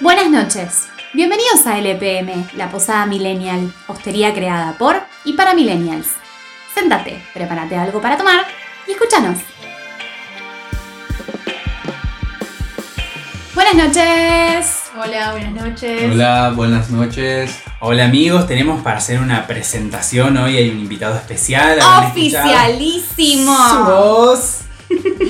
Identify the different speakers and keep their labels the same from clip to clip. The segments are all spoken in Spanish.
Speaker 1: Buenas noches. Bienvenidos a LPM, la Posada Millennial, hostería creada por y para millennials. Séntate, prepárate algo para tomar y escúchanos. Buenas noches.
Speaker 2: Hola, buenas noches.
Speaker 3: Hola, buenas noches.
Speaker 4: Hola amigos, tenemos para hacer una presentación hoy, hay un invitado especial. habrán escuchado Su
Speaker 1: Oficialísimo.
Speaker 4: voz.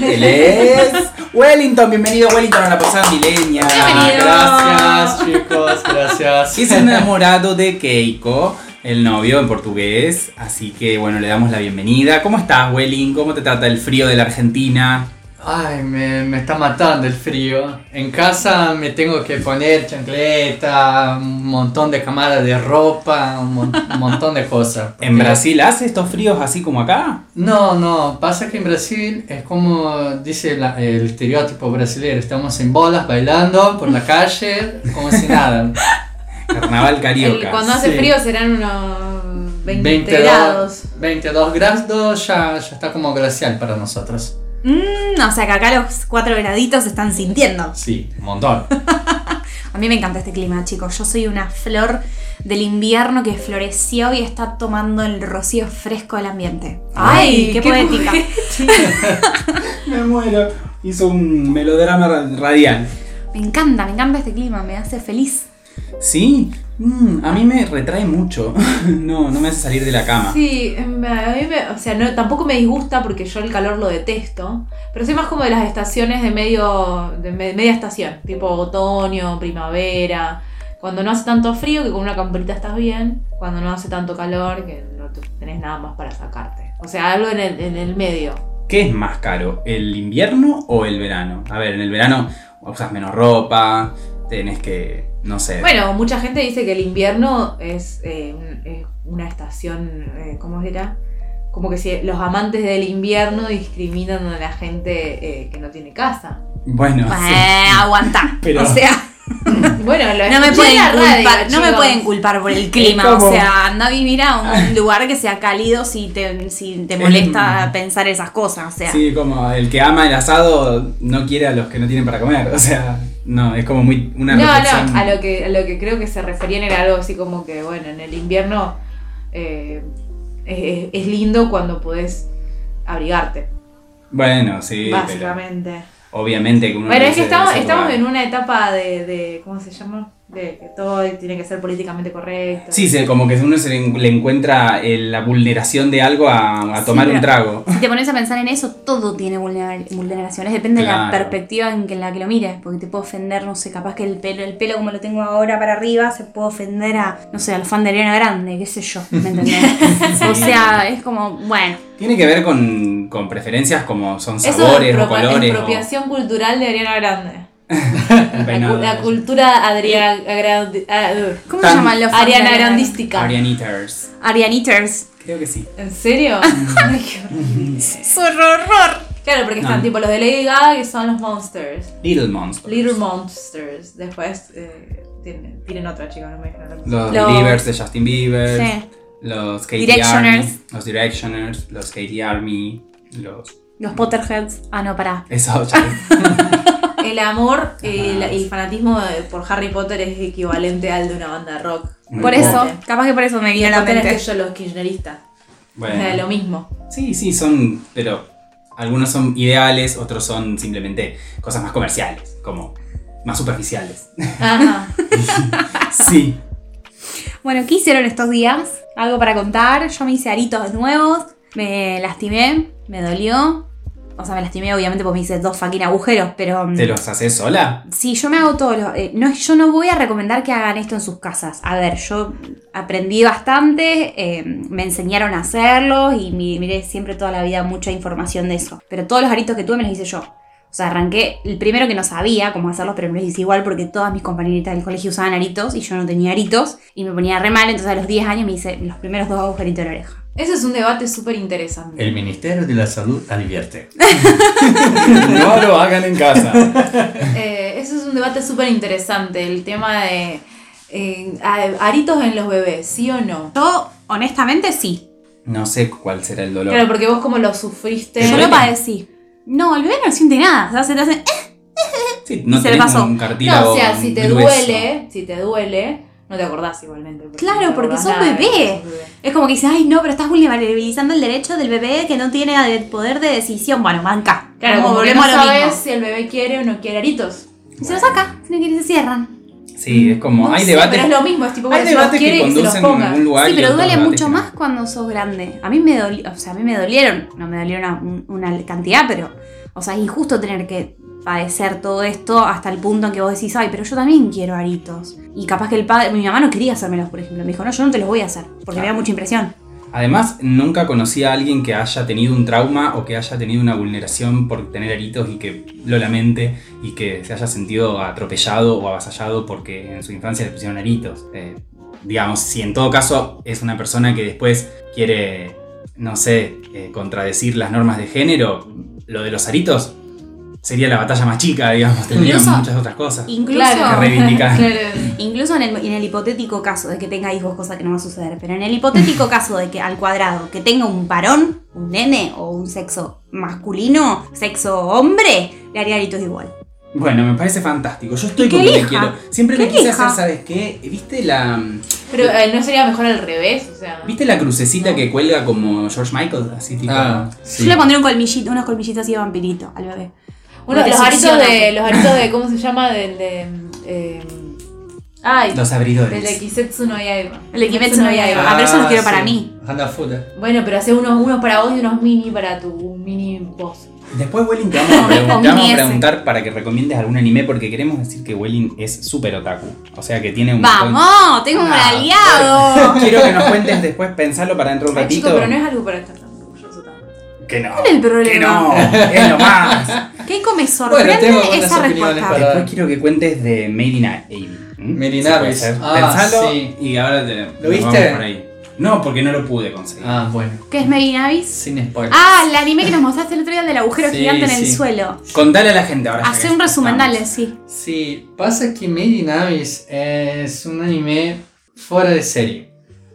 Speaker 4: Él es Wellington, bienvenido Wellington a la pasada milenia.
Speaker 1: Bienvenido.
Speaker 3: Gracias, chicos, gracias.
Speaker 4: Es enamorado de Keiko, el novio en portugués, así que bueno, le damos la bienvenida. ¿Cómo estás, Welling? ¿Cómo te trata el frío de la Argentina?
Speaker 3: Ay, me, me está matando el frío. En casa me tengo que poner chancleta, un montón de camadas de ropa, un, mon- un montón de cosas.
Speaker 4: ¿En
Speaker 3: Porque-
Speaker 4: Brasil hace estos fríos así como acá?
Speaker 3: No, no, pasa que en Brasil es como dice la- el estereotipo brasileño, estamos en bolas bailando por la calle como si nada.
Speaker 4: Carnaval
Speaker 2: El-
Speaker 4: carioca.
Speaker 2: cuando hace
Speaker 3: sí.
Speaker 2: frío serán unos 20
Speaker 3: 22
Speaker 2: grados.
Speaker 3: 22 grados ya, ya está como glacial para nosotros.
Speaker 1: Mm, o sea que acá los cuatro graditos se están sintiendo.
Speaker 3: Sí, un montón.
Speaker 1: A mí me encanta este clima, chicos. Yo soy una flor del invierno que floreció y está tomando el rocío fresco del ambiente. ¡Ay,
Speaker 2: Ay,
Speaker 1: qué,
Speaker 2: qué
Speaker 1: poética!
Speaker 4: Me muero. Hizo un melodrama ra- radial.
Speaker 1: Me encanta, me encanta este clima, me hace feliz.
Speaker 4: Sí, mm, a mí me retrae mucho. no, no me hace salir de la cama.
Speaker 2: Sí, em, a mí me, o sea, no, tampoco me disgusta porque yo el calor lo detesto, pero soy más como de las estaciones de medio de me- media estación, tipo otoño, primavera, cuando no hace tanto frío que con una camperita estás bien, cuando no hace tanto calor que no te- tenés nada más para sacarte. O sea, algo en el, en el medio.
Speaker 4: ¿Qué es más caro, el invierno o el verano? A ver, en el verano usas menos ropa, tenés que, no sé.
Speaker 2: Bueno, mucha gente dice que el invierno es, eh, un- es una estación, eh, ¿cómo era? Como que si los amantes del invierno discriminan a la gente eh, que no tiene casa.
Speaker 4: Bueno,
Speaker 1: Eh, aguanta.
Speaker 4: Ah, Pero-
Speaker 1: o sea,
Speaker 2: Bueno, lo
Speaker 1: no me,
Speaker 2: escuché
Speaker 1: pueden
Speaker 2: en la radio,
Speaker 1: culpar, no me
Speaker 2: chicos.
Speaker 1: pueden culpar por el clima.
Speaker 4: como-
Speaker 1: O sea, anda a vivir a un lugar que sea cálido si te, si te molesta pensar esas cosas. O
Speaker 4: sí.
Speaker 1: sea,
Speaker 4: Sí, como el que ama el asado no quiere a los que no tienen para comer. O sea, no, es como muy una
Speaker 2: No,
Speaker 4: reflexión.
Speaker 2: no, a lo, que, a lo que creo que se referían era algo así como que, bueno, en el invierno eh, es, es lindo cuando podés abrigarte,
Speaker 4: Bueno, sí, pero
Speaker 2: básicamente.
Speaker 4: obviamente que uno
Speaker 2: Bueno, es que
Speaker 4: crece
Speaker 2: estamos,
Speaker 4: ese
Speaker 2: estamos
Speaker 4: lugar.
Speaker 2: en una etapa de, de- ¿Cómo se llama? De que todo tiene que ser políticamente correcto.
Speaker 4: Sí, se- como que uno se le, le encuentra eh, la vulneración de algo a, a tomar
Speaker 1: Sí, pero-
Speaker 4: un trago.
Speaker 1: si te pones a pensar en eso, todo tiene vulnera- vulneraciones. Depende de la
Speaker 4: Claro.
Speaker 1: perspectiva en que, en la que lo mires. Porque te puede ofender, no sé, capaz que el pelo, el pelo como lo tengo ahora para arriba, se puede ofender a, no sé, al fan de Ariana Grande, qué sé yo. ¿Me entendés? O
Speaker 4: Sí.
Speaker 1: sea, es como, bueno.
Speaker 4: Tiene que ver con, con preferencias como son
Speaker 2: Eso es
Speaker 4: sabores o
Speaker 2: propa-
Speaker 4: colores. o-
Speaker 2: expropiación cultural de Ariana Grande. La, cu-
Speaker 4: Peinados.
Speaker 2: la cultura Adriana Grande. ah, uh.
Speaker 1: ¿Cómo
Speaker 4: Tan-
Speaker 1: se llaman los fans de
Speaker 2: Ariana
Speaker 1: Ariana Grande?
Speaker 2: Grandística.
Speaker 4: Arianiters.
Speaker 1: Arianiters.
Speaker 4: Creo que sí.
Speaker 2: ¿En serio? Ay, qué horrible.
Speaker 1: Es horror.
Speaker 2: claro, porque están
Speaker 4: No.
Speaker 2: tipo los de Lady Gaga que son los Monsters.
Speaker 4: Little Monsters.
Speaker 2: Little Monsters. Después eh, tienen, tienen otra chica, no me dejan.
Speaker 4: Los
Speaker 1: Los-
Speaker 4: Believers de Justin Bieber.
Speaker 1: Sí.
Speaker 4: Los KT
Speaker 1: Directioners.
Speaker 4: Army. Los Directioners. Los KT Army. Los.
Speaker 1: Los Potterheads. Ah, no, pará.
Speaker 4: Eso, ya.
Speaker 2: El amor y el, el fanatismo eh, por Harry Potter es equivalente al de una banda de rock.
Speaker 4: Muy
Speaker 1: Por
Speaker 4: bien.
Speaker 1: eso, capaz que por eso me viene a la
Speaker 2: También
Speaker 1: mente.
Speaker 2: es que yo los kirchneristas. O sea,
Speaker 4: Bueno.
Speaker 2: lo mismo.
Speaker 4: Sí, sí, son. Pero algunos son ideales, otros son simplemente cosas más comerciales, como más superficiales.
Speaker 2: Ajá.
Speaker 4: sí.
Speaker 1: Bueno, ¿qué hicieron estos días? Algo para contar. Yo me hice aritos nuevos. Me lastimé. Me dolió. O sea, me lastimé obviamente porque me hice dos fucking agujeros, pero... mm,
Speaker 4: ¿Te los haces sola?
Speaker 1: Sí, yo me hago todos los... eh, no, yo no voy a recomendar que hagan esto en sus casas. A ver, yo aprendí bastante, eh, me enseñaron a hacerlo y mi- miré siempre toda la vida mucha información de eso. Pero todos los aritos que tuve me los hice yo. O sea, arranqué el primero que no sabía cómo hacerlos, pero me los hice igual porque todas mis compañeritas del colegio usaban aritos y yo no tenía aritos y me ponía re mal. Entonces a los 10 años me hice los primeros dos agujeritos de la oreja.
Speaker 2: Ese es un debate súper interesante.
Speaker 5: El Ministerio de la Salud advierte.
Speaker 4: No lo hagan en casa.
Speaker 2: Eh, ese es un debate súper interesante. El tema de eh, a- aritos en los bebés, ¿sí o no?
Speaker 1: Yo, honestamente, sí.
Speaker 4: No sé cuál será el dolor.
Speaker 2: Claro, porque vos como lo sufriste.
Speaker 4: ¿Te
Speaker 1: Yo
Speaker 4: duele?
Speaker 1: lo padecí. No, el bebé no siente nada. O sea, se te hace...
Speaker 4: Sí, no
Speaker 1: Se le
Speaker 4: tenés
Speaker 1: pasó.
Speaker 4: como un cartílago
Speaker 2: o sea, si te
Speaker 4: grueso.
Speaker 2: duele, si te duele, no te acordás igualmente.
Speaker 1: Claro,
Speaker 2: no te
Speaker 1: porque
Speaker 2: acordás
Speaker 1: sos
Speaker 2: nada de
Speaker 1: bebé.
Speaker 2: que sos bebé.
Speaker 1: Es como que dices, ay, no, pero estás vulnerabilizando el derecho del bebé que no tiene el poder de decisión. Bueno, manca.
Speaker 2: Claro,
Speaker 1: Como
Speaker 2: como
Speaker 1: volvemos
Speaker 2: no
Speaker 1: a lo
Speaker 2: sabes
Speaker 1: mismo.
Speaker 2: si el bebé quiere o no quiere aritos.
Speaker 1: Se lo saca, si no quiere, se cierran.
Speaker 4: Sí, es como.
Speaker 2: No
Speaker 4: hay
Speaker 2: sé,
Speaker 4: debates.
Speaker 2: Pero es lo mismo, es tipo,
Speaker 4: hay
Speaker 2: bueno, si los
Speaker 4: debates
Speaker 2: quiere
Speaker 4: que
Speaker 2: que se los
Speaker 4: conducen a
Speaker 2: ponga.
Speaker 4: algún lugar.
Speaker 1: sí,
Speaker 4: y
Speaker 1: pero
Speaker 4: otros
Speaker 1: duele
Speaker 4: debates
Speaker 1: mucho
Speaker 4: que no.
Speaker 1: más cuando sos grande. A mí me dolió, o sea, a mí me dolieron, no me dolieron una, una cantidad, pero, o sea, es injusto tener que padecer todo esto hasta el punto en que vos decís, ay, pero yo también quiero aritos. Y capaz que el padre, mi mamá no quería hacérmelos, por ejemplo. Me dijo, no, yo no te los voy a hacer, porque me da mucha impresión.
Speaker 4: Además, nunca conocí a alguien que haya tenido un trauma o que haya tenido una vulneración por tener aritos y que lo lamente y que se haya sentido atropellado o avasallado porque en su infancia le pusieron aritos. Eh, digamos, si en todo caso es una persona que después quiere, no sé, eh, contradecir las normas de género, lo de los aritos sería la batalla más chica, digamos, tendrían
Speaker 1: Incluso-
Speaker 4: muchas otras cosas.
Speaker 1: Incluso...
Speaker 2: Claro.
Speaker 4: Que reivindicar.
Speaker 2: Claro.
Speaker 1: Incluso en el, en el hipotético caso de que tenga hijos, cosa que no va a suceder, pero en el hipotético caso de que al cuadrado, que tenga un varón, un nene o un sexo masculino, sexo hombre, le haría aritos igual.
Speaker 4: Bueno, me parece fantástico. Yo estoy
Speaker 1: ¿Qué
Speaker 4: con lo que
Speaker 1: elija?
Speaker 4: quiero. Siempre
Speaker 1: ¿Qué
Speaker 4: me quise
Speaker 1: elija?
Speaker 4: hacer, ¿sabes qué? ¿Viste la... mm,
Speaker 2: Pero eh, no sería mejor al revés, o sea.
Speaker 4: ¿Viste la crucecita que cuelga como George Michael? Así tipo.
Speaker 3: Ah, sí.
Speaker 1: Yo le pondría un colmillito, unos colmillitos así de vampirito al bebé.
Speaker 2: Uno,
Speaker 1: Porque
Speaker 2: los
Speaker 1: se
Speaker 2: aritos
Speaker 1: succiona.
Speaker 2: de. Los aritos de. ¿Cómo se llama? Del de. eh, ay,
Speaker 4: Los
Speaker 2: del de
Speaker 4: abridores.
Speaker 2: Kisetsu no Yaiba.
Speaker 1: El de Kimetsu no Yaiba. Ah, pero eso lo quiero para mí.
Speaker 3: Hanafuda.
Speaker 2: Bueno, pero haces unos, unos para vos y unos mini para tu mini voz.
Speaker 4: Después, Welling, te vamos a, pregun-
Speaker 1: Con
Speaker 4: te vamos a
Speaker 1: mi S.
Speaker 4: preguntar para que recomiendes algún anime porque queremos decir que Welling es súper otaku. O sea que tiene un. montón-
Speaker 1: ¡Vamos! ¡Tengo un
Speaker 4: Ah,
Speaker 1: aliado!
Speaker 4: Quiero que nos cuentes después, pensarlo para dentro de un
Speaker 2: Ay,
Speaker 4: ratito.
Speaker 2: chico, pero no es algo para estar tan orgulloso tampoco.
Speaker 4: Que no.
Speaker 1: ¿Cuál es el
Speaker 4: Que
Speaker 1: problema?
Speaker 4: no. Es lo más.
Speaker 1: ¿Qué come sorprende
Speaker 3: Bueno, tengo buenas
Speaker 1: esa
Speaker 3: opiniones
Speaker 1: respuesta?
Speaker 3: para-
Speaker 4: Después quiero que cuentes de Made in Abyss. ¿Mm?
Speaker 3: Made in
Speaker 4: Si puede
Speaker 3: Abyss.
Speaker 4: ser.
Speaker 3: Ah,
Speaker 4: Pensalo
Speaker 3: sí.
Speaker 4: y ahora te. nos
Speaker 3: viste?
Speaker 4: vamos por ahí. No, porque no lo pude conseguir.
Speaker 3: Ah, bueno.
Speaker 1: ¿Qué es Medinavis?
Speaker 3: Sin spoilers.
Speaker 1: Ah, el anime que nos mostraste el otro día del agujero
Speaker 3: Sí,
Speaker 1: gigante en el
Speaker 3: sí.
Speaker 1: suelo.
Speaker 4: Contale a la gente ahora. ya
Speaker 1: Hace
Speaker 4: que
Speaker 1: un resumen,
Speaker 4: estamos.
Speaker 1: dale, sí.
Speaker 3: Sí, pasa que Made in Abyss es un anime fuera de serie.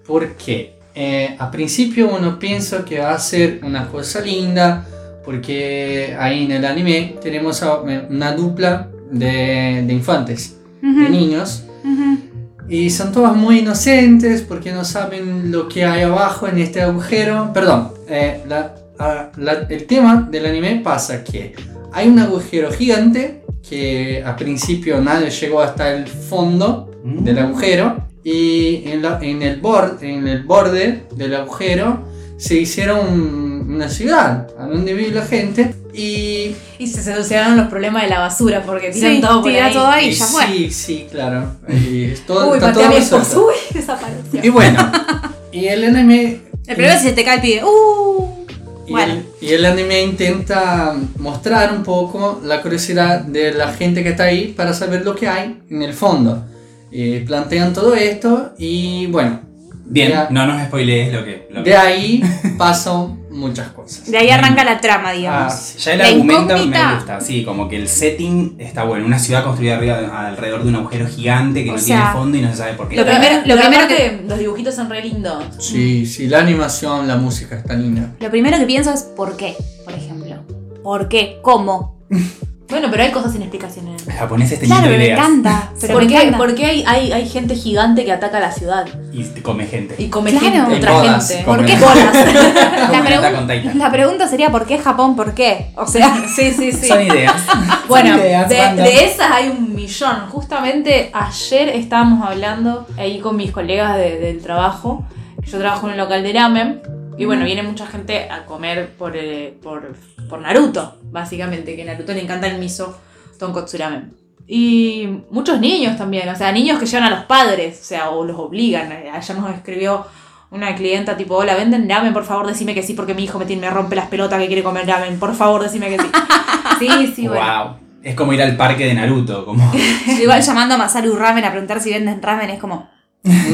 Speaker 3: ¿Por qué? Eh, a principio uno piensa que va a ser una cosa linda, porque ahí en el anime tenemos a- una dupla de, de infantes, de
Speaker 1: Ujú,
Speaker 3: niños,
Speaker 1: ujú.
Speaker 3: y son todas muy inocentes porque no saben lo que hay abajo en este agujero. Perdón, eh, la- a- la- el tema del anime pasa que hay un agujero gigante que al principio nadie llegó hasta el fondo
Speaker 4: Mm.
Speaker 3: del agujero y en, la- en el, bor- en el borde del agujero se hicieron un- una ciudad a donde vive la gente y
Speaker 2: Y se solucionaron los problemas de la basura porque tiran
Speaker 1: Sí,
Speaker 2: todo por
Speaker 1: tira
Speaker 2: ahí.
Speaker 1: todo ahí,
Speaker 3: y
Speaker 1: ya fue.
Speaker 3: Sí, sí, claro. Y es todo,
Speaker 2: Uy,
Speaker 3: está
Speaker 2: maté
Speaker 3: todo
Speaker 2: a mi esposo.
Speaker 3: resuelto.
Speaker 2: Uy, desapareció.
Speaker 3: Y bueno, y el anime
Speaker 1: El primero es si se te cae el pibe. ¡Uh!
Speaker 3: Y,
Speaker 1: Bueno.
Speaker 3: el, y el anime intenta mostrar un poco la curiosidad de la gente que está ahí para saber lo que hay en el fondo. Eh, plantean todo esto y bueno,
Speaker 4: Bien,
Speaker 3: Ya.
Speaker 4: no nos spoilees lo que. lo que-
Speaker 3: de ahí pasan muchas cosas.
Speaker 1: De ahí arranca la trama,
Speaker 3: Ah,
Speaker 1: digamos.
Speaker 3: sí.
Speaker 4: Ya el
Speaker 1: La
Speaker 4: argumento
Speaker 1: incógnita.
Speaker 4: me gusta, sí, como que el setting está bueno. Una ciudad construida arriba, alrededor de un agujero gigante que
Speaker 1: O
Speaker 4: no
Speaker 1: sea,
Speaker 4: tiene fondo y no se sabe por qué.
Speaker 1: lo
Speaker 2: Pero-
Speaker 1: primero-
Speaker 2: pero
Speaker 1: primero
Speaker 2: aparte, Los dibujitos son re lindos.
Speaker 3: Sí, sí, la animación, la música está linda.
Speaker 1: Lo primero que pienso es ¿por qué? Por ejemplo. ¿Por qué? ¿Cómo?
Speaker 2: Bueno, pero hay cosas sin explicación en el
Speaker 4: Los japoneses tenían
Speaker 1: Claro, me
Speaker 4: ideas
Speaker 1: encanta. Pero
Speaker 2: ¿Por
Speaker 1: me
Speaker 2: qué,
Speaker 1: encanta.
Speaker 2: por qué hay, hay, hay gente gigante que ataca la ciudad?
Speaker 4: y te come gente.
Speaker 2: Y come
Speaker 1: Claro.
Speaker 2: gente,
Speaker 1: Y
Speaker 2: otra
Speaker 3: bodas,
Speaker 2: gente.
Speaker 4: como
Speaker 1: ¿Por
Speaker 4: en-
Speaker 1: qué bolas?
Speaker 4: como
Speaker 1: la,
Speaker 4: en Attack
Speaker 1: pregun-
Speaker 4: on Titan.
Speaker 1: la pregunta sería ¿por qué Japón? ¿Por qué? O sea,
Speaker 2: Sí, sí, sí.
Speaker 4: Son ideas.
Speaker 2: Bueno,
Speaker 4: Son ideas,
Speaker 2: de,
Speaker 4: banda.
Speaker 2: de esas hay un millón. Justamente ayer estábamos hablando ahí con mis colegas de- del trabajo. Yo trabajo en un local de ramen. Y bueno, viene mucha gente a comer por, eh, por, por Naruto, básicamente. Que a Naruto le encanta el miso tonkotsu ramen. Y muchos niños también, o sea, niños que llevan a los padres, o sea, o los obligan. Ayer nos escribió una clienta tipo, hola, ¿venden ramen? Por favor, decime que sí, porque mi hijo me, tiene- me rompe las pelotas que quiere comer ramen. Por favor, decime que sí. Sí, sí, bueno.
Speaker 4: Wow. Es como ir al parque de Naruto, como.
Speaker 1: yo igual llamando a Masaru Ramen a preguntar si venden ramen es como...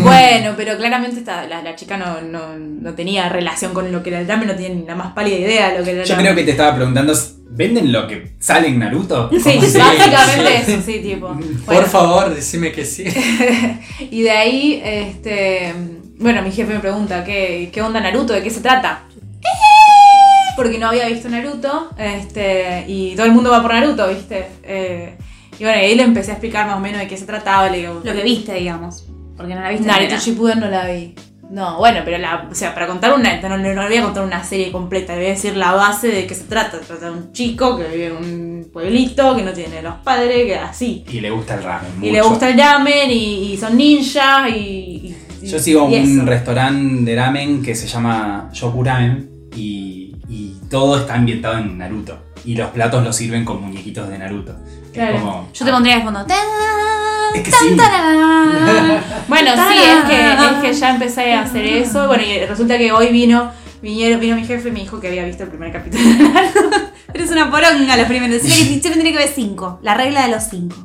Speaker 2: Bueno, pero claramente esta- la, la chica no, no, no tenía relación con lo que era el ramen, no tenía ni la más pálida idea de lo que era el
Speaker 4: Yo creo que te estaba preguntando, ¿venden lo que sale en Naruto?
Speaker 2: Sí,
Speaker 4: Como si-
Speaker 2: básicamente eso, sí, tipo. Bueno,
Speaker 3: Por favor, decime que sí.
Speaker 2: y de ahí, este. Bueno, mi jefe me pregunta, ¿qué, qué onda Naruto? ¿De qué se trata? Porque no había visto Naruto, este, y todo el mundo va por Naruto, ¿viste? Eh, Y bueno, ahí le empecé a explicar más o menos de qué se trataba. Le digo,
Speaker 1: Lo que viste, digamos. Porque no la viste.
Speaker 2: Naruto
Speaker 1: entera.
Speaker 2: Shippuden no la vi. No, bueno, pero la, o sea, para contar una, no, no, no le voy a contar una serie completa, le voy a decir la base de qué se trata. Se trata de un chico que vive en un pueblito, que no tiene los padres, que así.
Speaker 4: Y le gusta el ramen.
Speaker 2: Y le
Speaker 4: mucho.
Speaker 2: gusta el ramen y, y son ninjas y, y-
Speaker 4: Yo sigo
Speaker 2: y
Speaker 4: un
Speaker 2: eso.
Speaker 4: restaurante de ramen que se llama Shoku Ramen y, y todo está ambientado en Naruto. Y los platos los sirven con muñequitos de Naruto.
Speaker 2: Claro.
Speaker 4: Es como.
Speaker 1: Yo te pondría de fondo.
Speaker 4: Es que sí.
Speaker 2: Bueno, sí, es que, es que ya empecé a hacer eso. Bueno, y resulta que hoy vino, vinieron, vino mi jefe y me dijo que había visto el primer capítulo.
Speaker 1: Eres una poronga los primeros. Siempre que- siempre tiene que ver 5. La regla de los 5.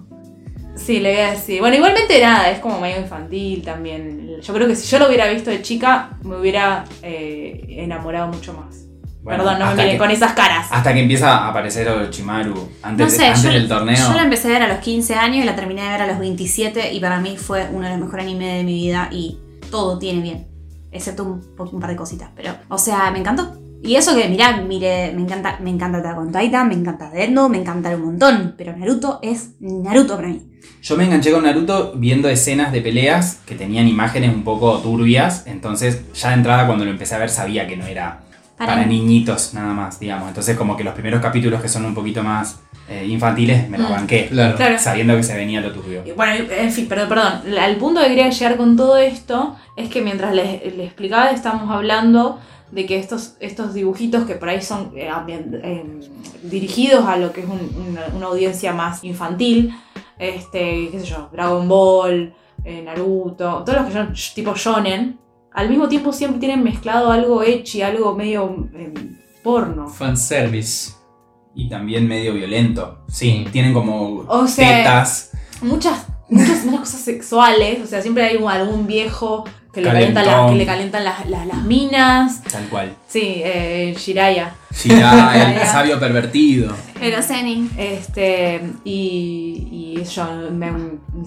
Speaker 2: Sí, le voy a decir. Bueno, igualmente nada, es como medio infantil también. Yo creo que si yo lo hubiera visto de chica, me hubiera eh, enamorado mucho más.
Speaker 4: Bueno,
Speaker 2: Perdón, no me
Speaker 4: hasta
Speaker 2: miren
Speaker 4: que-
Speaker 2: con esas caras.
Speaker 4: Hasta que empieza a aparecer Orochimaru antes,
Speaker 1: No
Speaker 4: de-
Speaker 1: sé,
Speaker 4: antes
Speaker 1: yo,
Speaker 4: del torneo.
Speaker 1: yo la empecé a ver a los 15 años y la terminé de ver a los 27 y para mí fue uno de los mejores animes de mi vida y todo tiene bien, excepto un, po- un par de cositas, pero o sea, me encantó. Y eso que mirá, mire, me encanta, me encanta Attack on Titan, me encanta Death Note, me encanta un montón, pero Naruto es Naruto para mí.
Speaker 4: Yo me enganché con Naruto viendo escenas de peleas que tenían imágenes un poco turbias, entonces ya de entrada cuando lo empecé a ver sabía que no era
Speaker 1: Para
Speaker 4: para,
Speaker 1: ni-
Speaker 4: niñitos nada más, digamos. Entonces como que los primeros capítulos que son un poquito más eh, infantiles me los
Speaker 1: Mm.
Speaker 4: banqué,
Speaker 3: Claro.
Speaker 2: Claro.
Speaker 4: sabiendo que se venía lo turbio.
Speaker 2: Y Bueno, en fin, perdón, perdón. La- El punto que quería llegar con todo esto es que mientras les, les explicaba, estamos hablando de que estos, estos dibujitos que por ahí son eh, ambien- eh, dirigidos a lo que es un- una, una audiencia más infantil, este, qué sé yo, Dragon Ball, eh, Naruto, todos los que son sh- tipo shonen, al mismo tiempo siempre tienen mezclado algo ecchi, algo medio eh, porno.
Speaker 3: Fanservice.
Speaker 4: Y también medio violento. Sí,
Speaker 3: Mm.
Speaker 4: tienen como
Speaker 2: O sea,
Speaker 4: tetas,
Speaker 2: muchas, muchas, muchas cosas sexuales. O sea, siempre hay un- algún viejo que le
Speaker 4: Calentón.
Speaker 2: calientan, las, que le calientan las, las, las minas.
Speaker 4: tal cual.
Speaker 2: Sí, eh, Jiraya.
Speaker 4: Jiraiya, el sabio pervertido.
Speaker 1: Pero Zenin.
Speaker 2: Este, y, y yo me,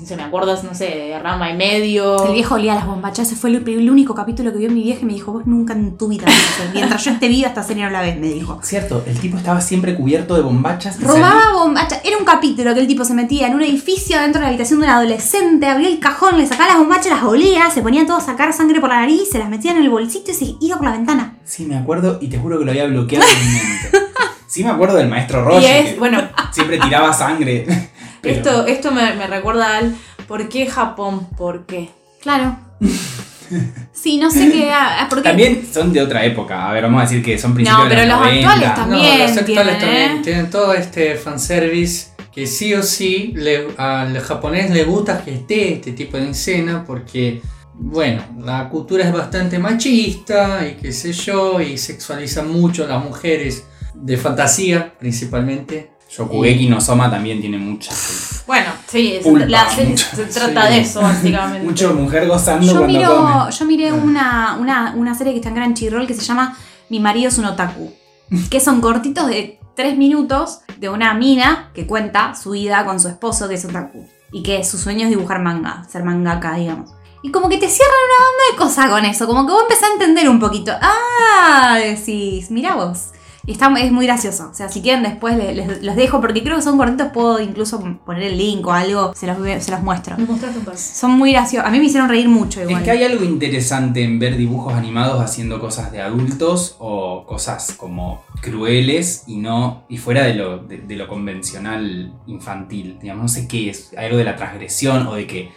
Speaker 2: se me acuerdo, no sé, de Rama y Medio.
Speaker 1: El viejo olía las bombachas, ese fue el, el único capítulo que vio mi vieja y me dijo, vos nunca en tu vida, vas a hacer. mientras yo esté viva esta serie no la ves, me dijo.
Speaker 4: Cierto, el tipo estaba siempre cubierto de bombachas. y
Speaker 1: Robaba bombachas. Era un capítulo que el tipo se metía en un edificio dentro de la habitación de un adolescente, abrió el cajón, le sacaba las bombachas, las olía, se ponía todo a sacar sangre por la nariz, se las metía en el bolsito y se iba por la ventana.
Speaker 4: Sí, me acuerdo y te juro que lo había bloqueado en mi mente. Sí, me acuerdo del maestro
Speaker 2: y
Speaker 4: Roger.
Speaker 2: es,
Speaker 4: que
Speaker 2: bueno,
Speaker 4: siempre tiraba sangre. Pero
Speaker 2: esto, esto me, me recuerda al ¿por qué Japón? ¿Por qué?
Speaker 1: Claro. Sí, no sé qué. ah, ah, Porque
Speaker 4: También son de otra época. A ver, vamos a decir que son principios
Speaker 1: No,
Speaker 4: de
Speaker 1: pero
Speaker 4: los
Speaker 1: los
Speaker 4: 90.
Speaker 1: actuales también.
Speaker 3: no, los
Speaker 1: tienen,
Speaker 3: actuales
Speaker 1: ¿eh?
Speaker 3: también tienen todo este fanservice que sí o sí le, al japonés le gusta que esté este tipo de escena porque, bueno, la cultura es bastante machista y qué sé yo, y sexualiza mucho a las mujeres de fantasía principalmente.
Speaker 4: Shokugeki no Soma también tiene mucha.
Speaker 2: Bueno, sí,
Speaker 4: Pulpa,
Speaker 2: se, la- se-
Speaker 4: mucho.
Speaker 2: se trata
Speaker 3: Sí.
Speaker 2: de eso, básicamente.
Speaker 4: Mucho mujer gozando
Speaker 1: yo,
Speaker 4: cuando come. Ah.
Speaker 1: miro, yo miré una, una, una serie que está en Crunchyroll que se llama Mi marido es un otaku. Que son cortitos de tres minutos de una mina que cuenta su vida con su esposo que es otaku. Y que su sueño es dibujar manga, ser mangaka, digamos. Y como que te cierran una banda de cosas con eso. Como que vos empezás a entender un poquito. Ah, decís, mira vos. Y está, es muy gracioso. O sea, si quieren después les, les- los dejo porque creo que son cortitos. Puedo incluso poner el link o algo. Se los, ve- se los muestro.
Speaker 2: Me mostraste un par.
Speaker 1: Son muy graciosos. A mí me hicieron reír mucho igual.
Speaker 4: Es que hay algo interesante en ver dibujos animados haciendo cosas de adultos o cosas como crueles y no y fuera de lo, de, de lo convencional infantil. Digamos, no sé qué es, algo de la transgresión o de que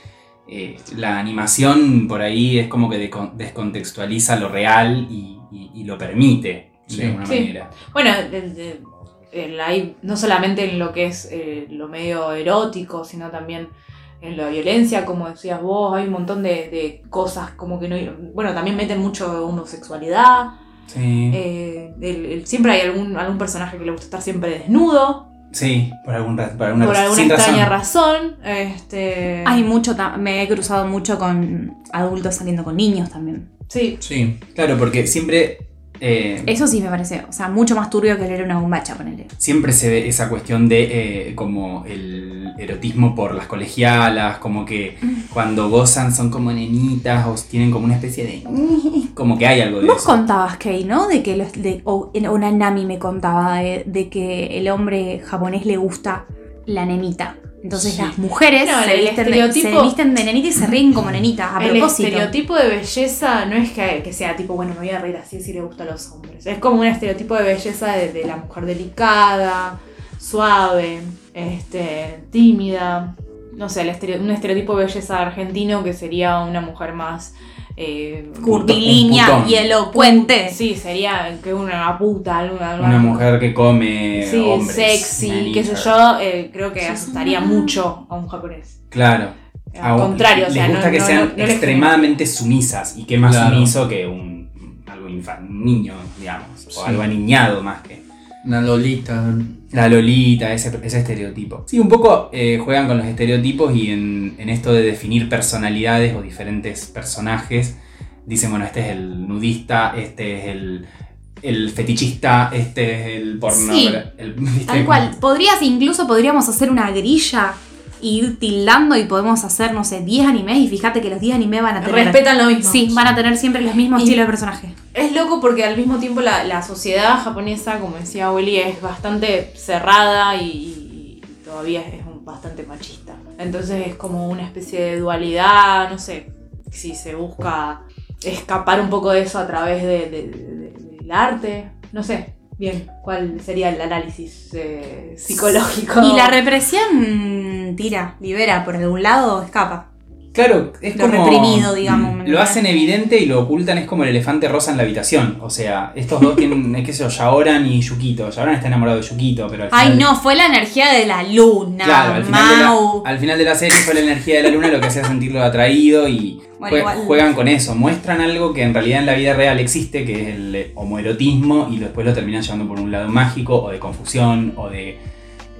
Speaker 4: eh, la animación por ahí es como que decon- descontextualiza lo real y, y- y lo permite
Speaker 3: Sí.
Speaker 4: de alguna
Speaker 2: Sí.
Speaker 4: manera.
Speaker 2: Bueno, el- el- el- hay- no solamente en lo que es eh, lo medio erótico, sino también en la violencia, como decías vos, hay un montón de, de cosas como que no... Bueno, también meten mucho homosexualidad,
Speaker 4: Sí.
Speaker 2: eh, el- el- siempre hay algún, algún personaje que le gusta estar siempre desnudo,
Speaker 4: Sí, por, algún ra- por alguna
Speaker 2: por
Speaker 4: razón.
Speaker 2: alguna
Speaker 4: sin razón.
Speaker 2: extraña razón. este,
Speaker 1: Hay mucho, ta- me he cruzado mucho con adultos saliendo con niños también.
Speaker 2: Sí,
Speaker 3: Sí,
Speaker 4: Claro, porque siempre. eh,
Speaker 1: Eso sí me parece, o sea, mucho más turbio que leer una bombacha, ponele.
Speaker 4: siempre se ve esa cuestión de eh, como el erotismo por las colegialas, como que
Speaker 2: Mm.
Speaker 4: cuando gozan son como nenitas o tienen como una especie de... Como que hay algo de
Speaker 1: Vos
Speaker 4: eso.
Speaker 1: contabas, Kay, ¿no? De que los, de, o, en- o Nanami me contaba de, de que el hombre japonés le gusta la nenita. Entonces
Speaker 3: Sí.
Speaker 1: las mujeres
Speaker 2: Bueno,
Speaker 1: se,
Speaker 2: el
Speaker 1: visten de, se
Speaker 2: estereotipo-
Speaker 1: visten de nenita y se ríen como nenita, a
Speaker 2: el
Speaker 1: propósito.
Speaker 2: estereotipo de belleza no es que, que sea tipo, bueno, me voy a reír así si le gusta a los hombres. Es como un estereotipo de belleza de, de la mujer delicada, suave, este, tímida. No sé, el estere- un estereotipo de belleza argentino que sería una mujer más... eh,
Speaker 4: Un
Speaker 1: Curvilínea
Speaker 4: putón.
Speaker 1: y elocuente.
Speaker 2: Sí, sería que una puta, alguna... alguna-
Speaker 4: Una mujer que come
Speaker 2: Sí,
Speaker 4: hombres,
Speaker 2: sexy,
Speaker 4: nanita.
Speaker 2: qué sé yo, eh, creo que asustaría mucho a un japonés.
Speaker 4: Claro.
Speaker 2: Al
Speaker 4: Ah,
Speaker 2: contrario, o sea,
Speaker 4: les gusta
Speaker 2: no,
Speaker 4: que
Speaker 2: no-
Speaker 4: sean
Speaker 2: no- no les-
Speaker 4: extremadamente sumisas y que más
Speaker 3: Claro.
Speaker 4: sumiso que un algo infan, un niño, digamos,
Speaker 3: Sí.
Speaker 4: o algo aniñado más que
Speaker 3: Una lolita.
Speaker 4: la lolita, ese, ese estereotipo. Sí, un poco eh, juegan con los estereotipos y en, en esto de definir personalidades o diferentes personajes, dicen, bueno, este es el nudista, este es el, el fetichista, este es el porno.
Speaker 1: Sí.
Speaker 4: el- ¿viste?
Speaker 1: Tal cual. Podrías, incluso podríamos hacer una grilla y ir tildando y podemos hacer, no sé, 10 animes y fíjate que los 10 animes van a tener.
Speaker 2: Respetan lo mismo.
Speaker 1: Sí, van a tener siempre los mismos
Speaker 2: Y-
Speaker 1: estilos de personaje.
Speaker 2: Es loco porque al mismo tiempo la, la sociedad japonesa, como decía Willy, es bastante cerrada y, y- y todavía es un- bastante machista. Entonces es como una especie de dualidad, no sé, si se busca escapar un poco de eso a través de- de- de- del arte, no sé. Bien, ¿cuál sería el análisis eh, psicológico?
Speaker 1: Y la represión tira, libera, por algún lado escapa.
Speaker 4: Claro, es
Speaker 1: Lo
Speaker 4: como-
Speaker 1: reprimido, digamos, ¿me
Speaker 4: Lo
Speaker 1: entendés?
Speaker 4: hacen evidente y lo ocultan, es como el elefante rosa en la habitación. O sea, estos dos tienen, es que sé yo, Yaoran y Yukito. Yaoran está enamorado de Yukito, pero al
Speaker 1: Ay,
Speaker 4: final-
Speaker 1: no, fue la energía de la luna.
Speaker 4: Claro, al final, de
Speaker 1: Mau.
Speaker 4: la, al final de la serie fue la energía de la luna lo que hacía sentirlo atraído y
Speaker 1: Bueno,
Speaker 4: jue-
Speaker 1: igual-
Speaker 4: juegan con eso, muestran algo que en realidad en la vida real existe, que es el eh, homoerotismo y después lo terminan llevando por un lado mágico o de confusión o de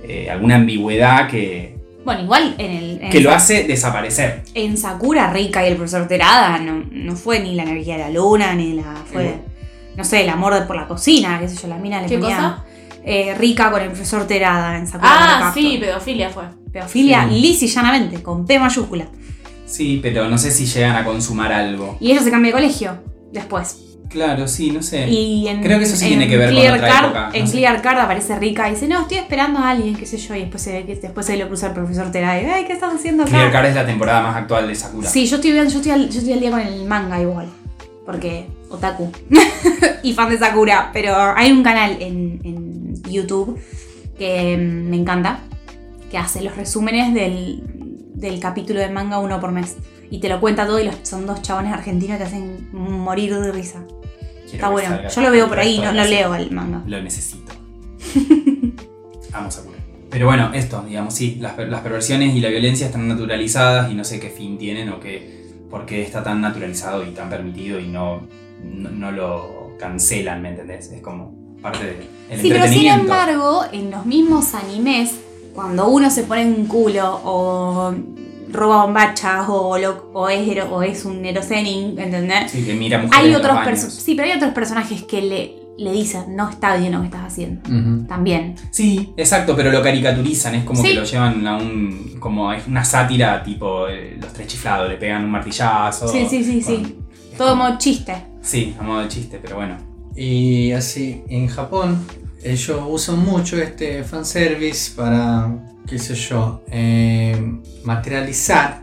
Speaker 4: eh, alguna ambigüedad que,
Speaker 1: Bueno, igual en el. En,
Speaker 4: que lo hace desaparecer.
Speaker 1: en Sakura Rica y el profesor Terada no, no fue ni la energía de la luna, ni la. fue. No sé, el amor de- por la cocina, qué sé yo, las minas le
Speaker 2: ¿Qué
Speaker 1: ponían,
Speaker 2: cosa?
Speaker 1: eh, rica con el profesor Terada en Sakura
Speaker 2: Ah,
Speaker 1: Card
Speaker 2: sí,
Speaker 1: Captor.
Speaker 2: pedofilia fue.
Speaker 1: Pedofilia
Speaker 4: Sí.
Speaker 1: lisa y llanamente, con P mayúscula.
Speaker 4: Sí, pero no sé si llegan a consumar algo.
Speaker 1: Y ella se cambia de colegio después.
Speaker 4: Claro, sí, no sé.
Speaker 1: Y en,
Speaker 4: Creo que eso sí
Speaker 1: en
Speaker 4: tiene que ver con
Speaker 1: Clear
Speaker 4: otra
Speaker 1: Card-
Speaker 4: época, no
Speaker 1: En
Speaker 4: sé.
Speaker 1: Clear Card aparece Rica y dice, no, estoy esperando a alguien, qué sé yo. Y después se ve que después se lo cruza el profesor Terada y, ay, ¿qué estás haciendo acá?
Speaker 4: Clear Card es la temporada más actual de Sakura.
Speaker 1: Sí, yo estoy, bien, yo, estoy al, yo estoy al día con el manga igual. Porque otaku. y fan de Sakura. Pero hay un canal en, en YouTube que mm, me encanta. Que hace los resúmenes del, del capítulo de manga uno por mes. Y te lo cuenta todo y los, son dos chabones argentinos que hacen morir de risa. Está
Speaker 4: Quiero que
Speaker 1: bueno.
Speaker 4: salga
Speaker 1: Yo lo veo por
Speaker 4: el
Speaker 1: ahí,
Speaker 4: resto
Speaker 1: no, no
Speaker 4: de la serie.
Speaker 1: leo el manga.
Speaker 4: Lo necesito. Amo Sakura. Pero bueno, esto, digamos, sí, las, per- las perversiones y la violencia están naturalizadas y no sé qué fin tienen o qué, por qué está tan naturalizado y tan permitido y no, no, no lo cancelan, ¿me entendés? Es como parte del
Speaker 1: Sí, pero sin
Speaker 4: entretenimiento.
Speaker 1: embargo, en los mismos animes, cuando uno se pone un culo o roba bombachas o, lo- o es, hero- o es un erosenin, ¿entendés?
Speaker 4: Sí, que mira mujeres
Speaker 1: Hay
Speaker 4: en los
Speaker 1: otros,
Speaker 4: baños.
Speaker 1: perso- sí, pero hay otros personajes que le, le dicen, no está bien lo que estás haciendo.
Speaker 3: Ujú.
Speaker 1: También.
Speaker 4: Sí, exacto, pero lo caricaturizan, es como
Speaker 1: Sí.
Speaker 4: que lo llevan a un. como es una sátira tipo eh, los tres chiflados, le pegan un martillazo.
Speaker 1: Sí, sí, sí,
Speaker 4: con-
Speaker 1: sí.
Speaker 4: es
Speaker 1: Todo
Speaker 4: como-
Speaker 1: modo chiste.
Speaker 4: Sí, a modo de chiste, pero bueno.
Speaker 3: Y así, en Japón, ellos usan mucho este fanservice para, qué sé yo, eh, materializar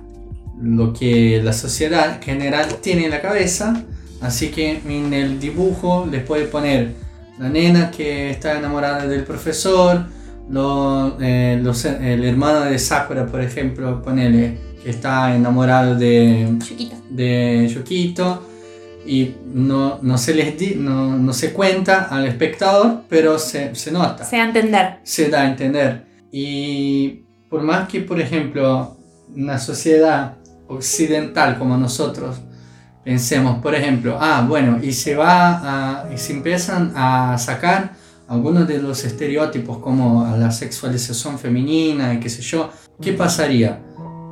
Speaker 3: lo que la sociedad en general tiene en la cabeza. Así que en el dibujo les puede poner la nena que está enamorada del profesor, lo- eh, los- el hermano de Sakura, por ejemplo, ponele, que está enamorado de
Speaker 1: Chiquito.
Speaker 3: de Yukito y no, no, se les di- no, no se cuenta al espectador, pero se, se nota,
Speaker 1: Se da a entender.
Speaker 3: se da a entender. Y por más que, por ejemplo, una sociedad occidental como nosotros pensemos, por ejemplo, ah, bueno, y se va a- y se empiezan a sacar algunos de los estereotipos como a la sexualización femenina y qué sé yo, ¿qué pasaría?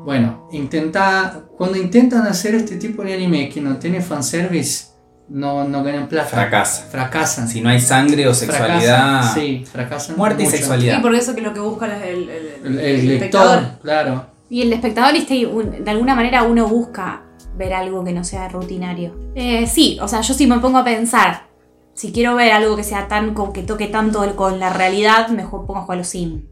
Speaker 3: Bueno, intenta, cuando intentan hacer este tipo de anime que no tiene fanservice, no, no ganan plata.
Speaker 4: Fracasa.
Speaker 3: Fracasan.
Speaker 4: Si no hay sangre o sexualidad.
Speaker 3: Fracasan, sí, fracasan
Speaker 4: Muerte y
Speaker 3: mucho.
Speaker 4: sexualidad.
Speaker 2: Y por eso que lo que buscan es el, el-
Speaker 3: El, el
Speaker 2: el espectador.
Speaker 3: lector, claro.
Speaker 1: Y el espectador, este, un- de alguna manera uno busca ver algo que no sea rutinario. Eh, sí, o sea, yo si me pongo a pensar, si quiero ver algo que sea tan co- que toque tanto el- con la realidad, mejor pongo a jugar a los Sims.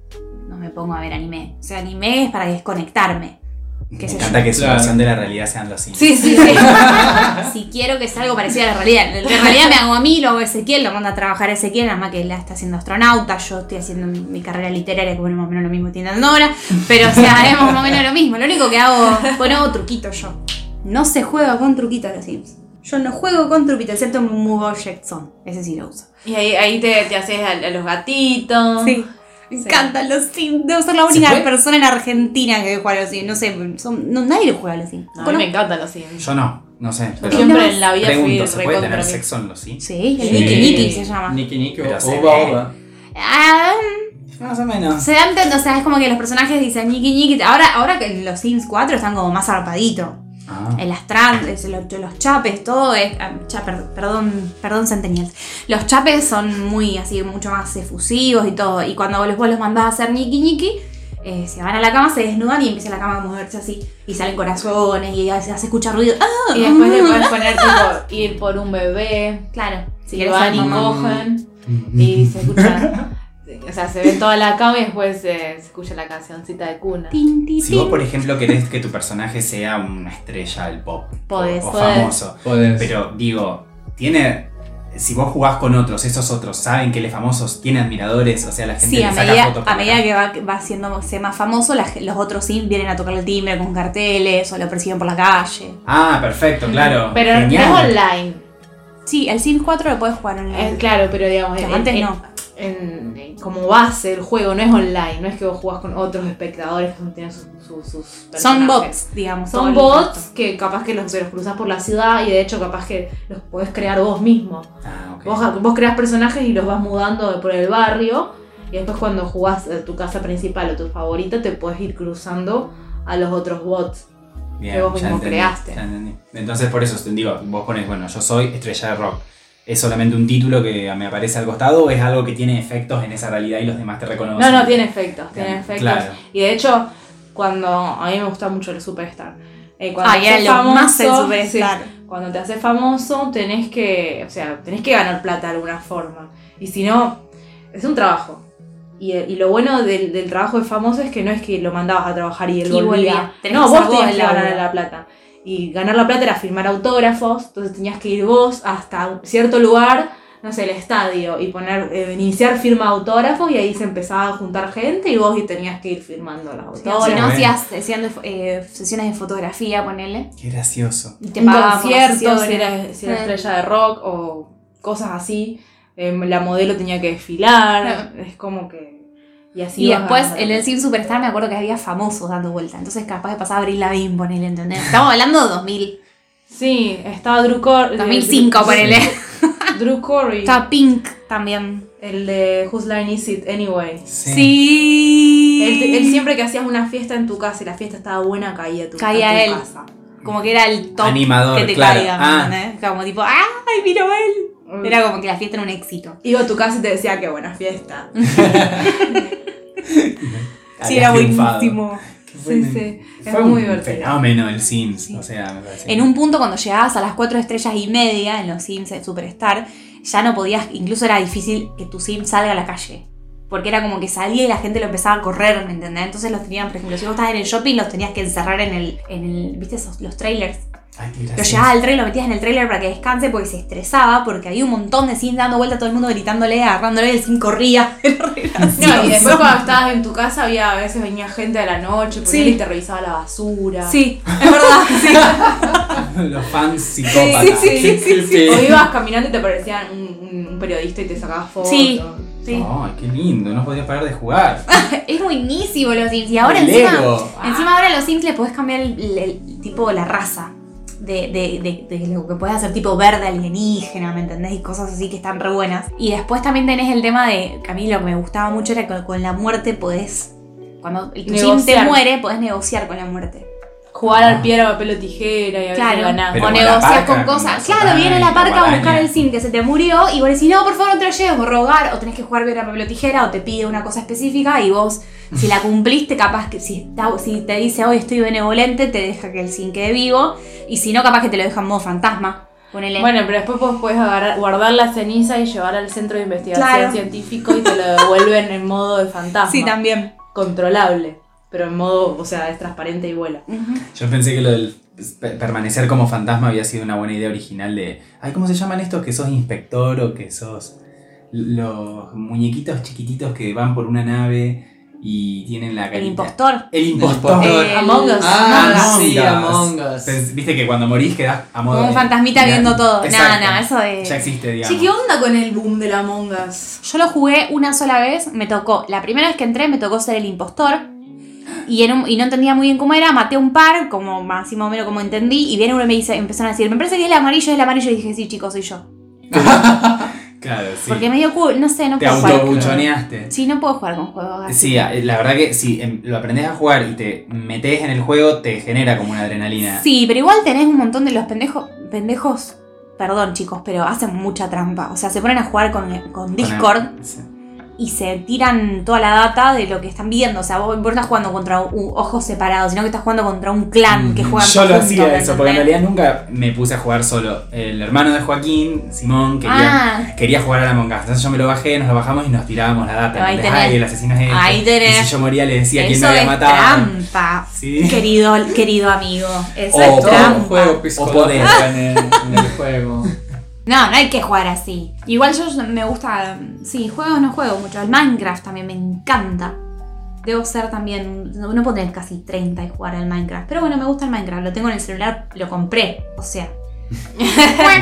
Speaker 1: No me pongo a ver anime. O sea, anime es para desconectarme.
Speaker 4: Me
Speaker 1: qué sé
Speaker 4: encanta
Speaker 1: yo.
Speaker 4: que su
Speaker 3: Claro.
Speaker 4: versión de la realidad sea algo así.
Speaker 1: Sí, sí, sí. si quiero que sea algo parecido a la realidad. En realidad me hago a mí, lo hago a Ezequiel, lo manda a trabajar a Ezequiel, nada más que él está haciendo astronauta, yo estoy haciendo mi carrera literaria, que bueno, más o menos lo mismo tiene Andora, pero o sea, es más o menos lo mismo. Lo único que hago, bueno, hago truquitos yo. No se juega con truquitos a los Sims. Yo no juego con truquitos, excepto en Move Object Zone. Ese sí lo uso.
Speaker 2: Y ahí, ahí te, te haces a, a los gatitos.
Speaker 1: Me
Speaker 2: Sí.
Speaker 1: encantan los Sims. Debo ser la
Speaker 4: ¿Se
Speaker 1: única
Speaker 4: puede?
Speaker 1: persona en Argentina que juega a los Sims. No sé, son- no, nadie lo juega a los Sims.
Speaker 2: No, a mí
Speaker 1: Conozco-
Speaker 2: me encantan los Sims.
Speaker 4: Yo no, no sé. Pero
Speaker 1: no.
Speaker 2: Siempre en la vida
Speaker 4: pregunto,
Speaker 2: fui
Speaker 4: ¿se puede
Speaker 2: recontra
Speaker 4: tener
Speaker 2: mí.
Speaker 4: sexo en los sí?
Speaker 1: Sí, el
Speaker 2: Sí.
Speaker 1: Niki Niki se llama.
Speaker 3: Niki Niki o
Speaker 4: Pero se
Speaker 3: Oba
Speaker 4: ve.
Speaker 3: Oba.
Speaker 1: Ah,
Speaker 4: Más o menos.
Speaker 1: se da a entender, o sea, es como que los personajes dicen ñiqui ñiqui. Ahora, ahora que los Sims 4 están como más zarpaditos.
Speaker 4: Ah,
Speaker 1: En Las trans, los, los chapes, todo es. ah, cha- per- perdón, perdón, centenials. Los chapes son muy así, mucho más efusivos y todo. Y cuando vos los, vos los mandás a hacer ñiqui ñiqui, eh, se van a la cama, se desnudan y empieza la cama a moverse así. Y salen corazones y se hace escuchar ruido. Ah,
Speaker 2: Y después le
Speaker 1: ah.
Speaker 2: puedes poner tipo ir por un bebé.
Speaker 1: Claro, si
Speaker 2: y
Speaker 1: querés
Speaker 2: van
Speaker 1: ser
Speaker 2: y
Speaker 1: mamá.
Speaker 2: cogen.
Speaker 4: Mm.
Speaker 2: Y se escucha. O sea, se ve toda la cama y después eh, se escucha la cancioncita de cuna.
Speaker 1: Tin, tin,
Speaker 4: Si vos,
Speaker 1: tin.
Speaker 4: por ejemplo, querés que tu personaje sea una estrella del pop
Speaker 2: Podés,
Speaker 4: o, o
Speaker 2: podés.
Speaker 4: famoso,
Speaker 3: Podés.
Speaker 4: pero digo, tiene. Si vos jugás con otros, esos otros saben que él es famoso, tiene admiradores, o sea, la gente
Speaker 1: Sí,
Speaker 4: le
Speaker 1: a
Speaker 4: saca
Speaker 1: medida,
Speaker 4: fotos. por
Speaker 1: a
Speaker 4: la
Speaker 1: medida
Speaker 4: calle.
Speaker 1: que va, va haciéndose más famoso, la ge- los otros sims vienen a tocarle el timbre con carteles o lo persiguen por la calle.
Speaker 4: Ah, perfecto, claro.
Speaker 2: Pero
Speaker 4: genial.
Speaker 2: no es online.
Speaker 1: Sí, el Sims 4 lo puedes jugar online.
Speaker 2: Eh, claro, pero digamos.
Speaker 1: Que
Speaker 2: en-
Speaker 1: antes
Speaker 2: en-
Speaker 1: no.
Speaker 2: en- en- como base el juego, no es online. No es que vos jugás con otros espectadores que tienen sus, sus, sus
Speaker 1: Son
Speaker 2: personajes.
Speaker 1: bots, digamos.
Speaker 2: Son
Speaker 1: todo el
Speaker 2: bots que capaz que los, los cruzas por la ciudad y de hecho capaz que los podés crear vos mismo.
Speaker 4: Ah, ok.
Speaker 2: Vos, vos creas personajes y los vas mudando por el barrio. Y después cuando jugás eh, tu casa principal o tu favorita, te puedes ir cruzando a los otros bots.
Speaker 4: Bien,
Speaker 2: que vos
Speaker 4: ya
Speaker 2: mismo
Speaker 4: entendí,
Speaker 2: creaste.
Speaker 4: ya entendí. Entonces, por eso, digo, vos pones, bueno, yo soy estrella de rock. ¿Es solamente un título que me aparece al costado o es algo que tiene efectos en esa realidad y los demás te reconocen?
Speaker 2: No, no, tiene efectos, tiene
Speaker 4: Bien,
Speaker 2: efectos.
Speaker 4: claro.
Speaker 2: Y de hecho, cuando a mí me gusta mucho el Superstar. Eh,
Speaker 1: mundo.
Speaker 2: cuando
Speaker 1: Ay, era
Speaker 2: sos
Speaker 1: lo más el
Speaker 2: famoso,
Speaker 1: superstar.
Speaker 2: sí, cuando te haces famoso, tenés que, o sea, tenés que ganar plata de alguna forma. Y si no, es un trabajo. Y, y lo bueno del, del trabajo de famoso es que no es que lo mandabas a trabajar y él
Speaker 1: Y
Speaker 2: volvía.
Speaker 1: volvía. Tenés
Speaker 2: No,
Speaker 1: que
Speaker 2: vos
Speaker 1: ser vos
Speaker 2: tenías que
Speaker 1: el laburo.
Speaker 2: ganar la plata. Y ganar la plata era firmar autógrafos, entonces tenías que ir vos hasta un cierto lugar, no sé, el estadio, y poner, eh, iniciar firma autógrafos y ahí se empezaba a juntar gente y vos y tenías que ir firmando los
Speaker 1: Sí, o
Speaker 2: autógrafos.
Speaker 1: Si no
Speaker 4: bueno.
Speaker 1: hacías hacían, eh, sesiones de fotografía, ponele.
Speaker 4: Qué gracioso.
Speaker 1: Y te
Speaker 2: un
Speaker 1: pagaban por las
Speaker 2: concierto, si
Speaker 1: sesiones.
Speaker 2: era, si era
Speaker 1: Mm.
Speaker 2: estrella de rock o cosas así. em, la modelo tenía que desfilar. Es como que. Y así.
Speaker 1: Ah. Y
Speaker 2: vas
Speaker 1: después
Speaker 2: ganando.
Speaker 1: en el Sims Superstar me acuerdo que había famosos dando vuelta. Entonces capaz que pasaba a abrir la BIM, ponele, ¿entendés? Estamos hablando de 2000,
Speaker 2: Sí, estaba Drew Cor-
Speaker 1: 2005,
Speaker 2: Drew-
Speaker 1: ponele.
Speaker 2: Drew Corey.
Speaker 1: Estaba Pink también.
Speaker 2: El de Whose Line Is It Anyway.
Speaker 4: Sí.
Speaker 2: Él,
Speaker 1: Sí.
Speaker 2: él siempre que hacías una fiesta en tu casa y la fiesta estaba buena, caía a tu,
Speaker 1: Caía
Speaker 2: a tu
Speaker 1: él.
Speaker 2: casa.
Speaker 1: Como que era el top
Speaker 4: Animador,
Speaker 1: que te
Speaker 4: claro.
Speaker 1: caiga, ¿me
Speaker 4: Ah.
Speaker 1: entendés? Como tipo, ¡ay, mira él! Era como que la fiesta era un éxito.
Speaker 2: Iba a tu casa y te decía, qué buena fiesta.
Speaker 1: Sí, era
Speaker 4: Habías triunfado.
Speaker 1: buenísimo.
Speaker 4: Qué
Speaker 2: sí,
Speaker 4: bueno.
Speaker 2: sí.
Speaker 4: Fue
Speaker 2: Era muy
Speaker 4: un
Speaker 2: divertido.
Speaker 4: fenómeno el Sims,
Speaker 1: Sí.
Speaker 4: o sea, me parece.
Speaker 1: En un punto, cuando llegabas a las cuatro estrellas y media en los Sims Superstar, ya no podías, incluso era difícil que tu Sim salga a la calle. Porque era como que salía y la gente lo empezaba a correr, ¿me entendés? Entonces los tenían, por ejemplo, si vos estabas en el shopping, los tenías que encerrar en el. En el ¿Viste esos, los trailers?
Speaker 4: Ay, qué
Speaker 1: Lo
Speaker 4: gracioso.
Speaker 1: llevabas al trailer, lo metías en el trailer para que descanse porque se estresaba, porque había un montón de Sims dando vuelta, todo el mundo gritándole, agarrándole, el Sim corría. Era re
Speaker 2: No, y
Speaker 1: gracioso.
Speaker 2: después cuando estabas en tu casa había a veces venía gente de la noche, por
Speaker 1: Sí.
Speaker 2: ahí te revisaba la basura.
Speaker 1: Sí, es verdad, sí.
Speaker 4: Los fans psicópatas.
Speaker 1: sí, sí, sí, sí.
Speaker 2: O ibas caminando y te aparecía un, un periodista y te sacaba fotos.
Speaker 1: Sí. Sí.
Speaker 4: Ay, qué lindo, no podías parar de jugar.
Speaker 1: Es buenísimo los Sims. Y ahora
Speaker 4: El
Speaker 1: encima,
Speaker 4: Lego.
Speaker 1: encima ahora los Sims le podés cambiar el, el- el tipo, la raza. De, de- de- de lo que podés hacer tipo verde alienígena, ¿me entendés? Y cosas así que están re buenas. Y después también tenés el tema de, que a mí lo que me gustaba mucho era que con la muerte podés, cuando el- tu Sim te
Speaker 2: Negociar.
Speaker 1: muere, podés negociar con la muerte.
Speaker 2: Jugar al piedra, papel o tijera y a veces
Speaker 1: Claro,
Speaker 2: ganás.
Speaker 4: Ah. Pero
Speaker 1: o
Speaker 4: con la
Speaker 1: negocias
Speaker 4: parca,
Speaker 1: con
Speaker 4: con
Speaker 1: cosas.
Speaker 4: la
Speaker 1: Claro, viene la
Speaker 4: araña,
Speaker 1: parca a
Speaker 4: guadaña.
Speaker 1: buscar el sim que se te murió y vos decís, no, por favor no te lo lleves, o rogar, o tenés que jugar bien a papel o tijera, o te pide una cosa específica y vos, si la cumpliste, capaz que si, está- si te dice hoy estoy benevolente, te deja que el sim quede vivo, y si no, capaz que te lo deja en modo fantasma. Ponele.
Speaker 2: Bueno, pero después vos podés agarrar- guardar la ceniza y llevar al centro de investigación
Speaker 1: Claro.
Speaker 2: científico y te lo devuelven en modo de fantasma.
Speaker 1: sí, también.
Speaker 2: controlable. Pero en modo, o sea, es transparente y vuela.
Speaker 1: Ujú.
Speaker 4: Yo pensé que lo del pe- permanecer como fantasma había sido una buena idea original de. Ay, ¿cómo se llaman estos? Que sos inspector o que sos. Los muñequitos chiquititos que van por una nave y tienen la
Speaker 1: El
Speaker 4: carita.
Speaker 1: impostor. Eh,
Speaker 4: El impostor.
Speaker 1: El-
Speaker 2: Among Us.
Speaker 3: Ah,
Speaker 4: Among
Speaker 3: sí,
Speaker 4: Us.
Speaker 3: Among Us.
Speaker 4: Pens- Viste que cuando morís quedás a modo.
Speaker 1: Como un
Speaker 4: de-
Speaker 1: fantasmita
Speaker 4: Mirá,
Speaker 1: viendo todo. Nada,
Speaker 4: exacto.
Speaker 1: nada, eso es.
Speaker 4: Ya existe, digamos.
Speaker 2: Sí, ¿qué onda con el boom de la Among Us?
Speaker 1: Yo lo jugué una sola vez, me tocó. La primera vez que entré me tocó ser el impostor. Y, en un- y no entendía muy bien cómo era, maté un par, como más y más o menos como entendí, y viene uno y me dice, empezaron a decir, me parece que es el amarillo, es el amarillo, y dije, sí, chicos, soy yo.
Speaker 4: Claro, sí.
Speaker 1: Porque medio cool, no sé, no
Speaker 4: Te
Speaker 1: puedo jugar.
Speaker 4: autobuchoneaste.
Speaker 1: Sí, no puedo jugar con juegos así.
Speaker 4: Sí, a- la verdad que si em, lo aprendes a jugar y te metes en el juego, te genera como una adrenalina.
Speaker 1: Sí, pero igual tenés un montón de los pendejos, pendejos, perdón chicos, pero hacen mucha trampa. O sea, se ponen a jugar con, con
Speaker 4: Con el-
Speaker 1: Discord
Speaker 4: sí.
Speaker 1: y se tiran toda la data de lo que están viendo. O sea, vos vos no estás jugando contra u- ojos separados, sino que estás jugando contra un clan que juega
Speaker 4: Mm, Yo lo hacía eso, porque en realidad nunca me puse a jugar solo. El hermano de Joaquín, Simón, quería,
Speaker 1: Ah,
Speaker 4: quería jugar a la Among Us. Entonces yo me lo bajé, nos lo bajamos y nos tirábamos la data.
Speaker 1: Ahí
Speaker 4: Entonces,
Speaker 1: tenés.
Speaker 4: Ay, el asesino es este.
Speaker 1: Ahí tenés.
Speaker 4: Y si yo moría le decía quién me
Speaker 1: eso
Speaker 4: había
Speaker 1: es
Speaker 4: matado.
Speaker 1: trampa,
Speaker 4: Sí.
Speaker 1: querido, querido amigo. Eso
Speaker 4: O
Speaker 1: es
Speaker 4: todo
Speaker 1: trampa.
Speaker 4: un juego
Speaker 3: psicológico
Speaker 4: poder.
Speaker 3: en el, en el juego.
Speaker 1: No, no hay que jugar así. Igual yo me gusta. Sí, juegos no juego mucho. El Minecraft también me encanta. Debo ser también. No no puedo tener casi 30 y jugar al Minecraft. Pero bueno, me gusta el Minecraft. Lo tengo en el celular, lo compré. O sea.
Speaker 3: Me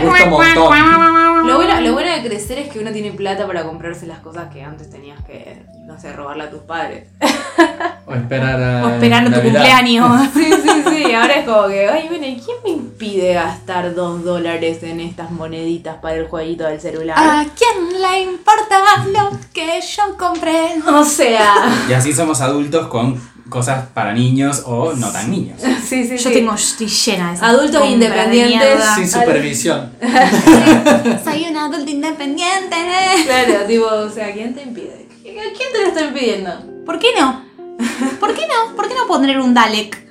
Speaker 3: gusta un montón.
Speaker 2: Lo bueno, lo bueno de crecer es que uno tiene plata para comprarse las cosas que antes tenías que, no sé, robarle a tus padres.
Speaker 3: O esperar a.
Speaker 1: O esperando tu
Speaker 3: Navidad.
Speaker 1: cumpleaños.
Speaker 2: Sí, sí, sí. Ahora es como que, ay, bueno, ¿y ¿quién me impide gastar dos dólares en estas moneditas para el jueguito del celular?
Speaker 1: ¿A quién le importa lo que yo compré?
Speaker 2: O sea,
Speaker 4: Y así somos adultos con cosas para niños o no tan niños.
Speaker 2: sí, sí,
Speaker 1: Yo
Speaker 2: sí.
Speaker 1: tengo, estoy llena de esas
Speaker 2: Adultos
Speaker 1: compras de
Speaker 2: independientes.
Speaker 1: mierda.
Speaker 3: Sin supervisión.
Speaker 1: Soy un adulto independiente.
Speaker 2: Claro, tipo, o sea, ¿quién te impide? ¿Quién te lo está impidiendo?
Speaker 1: ¿Por qué no? ¿Por qué no? ¿Por qué no pondré un Dalek?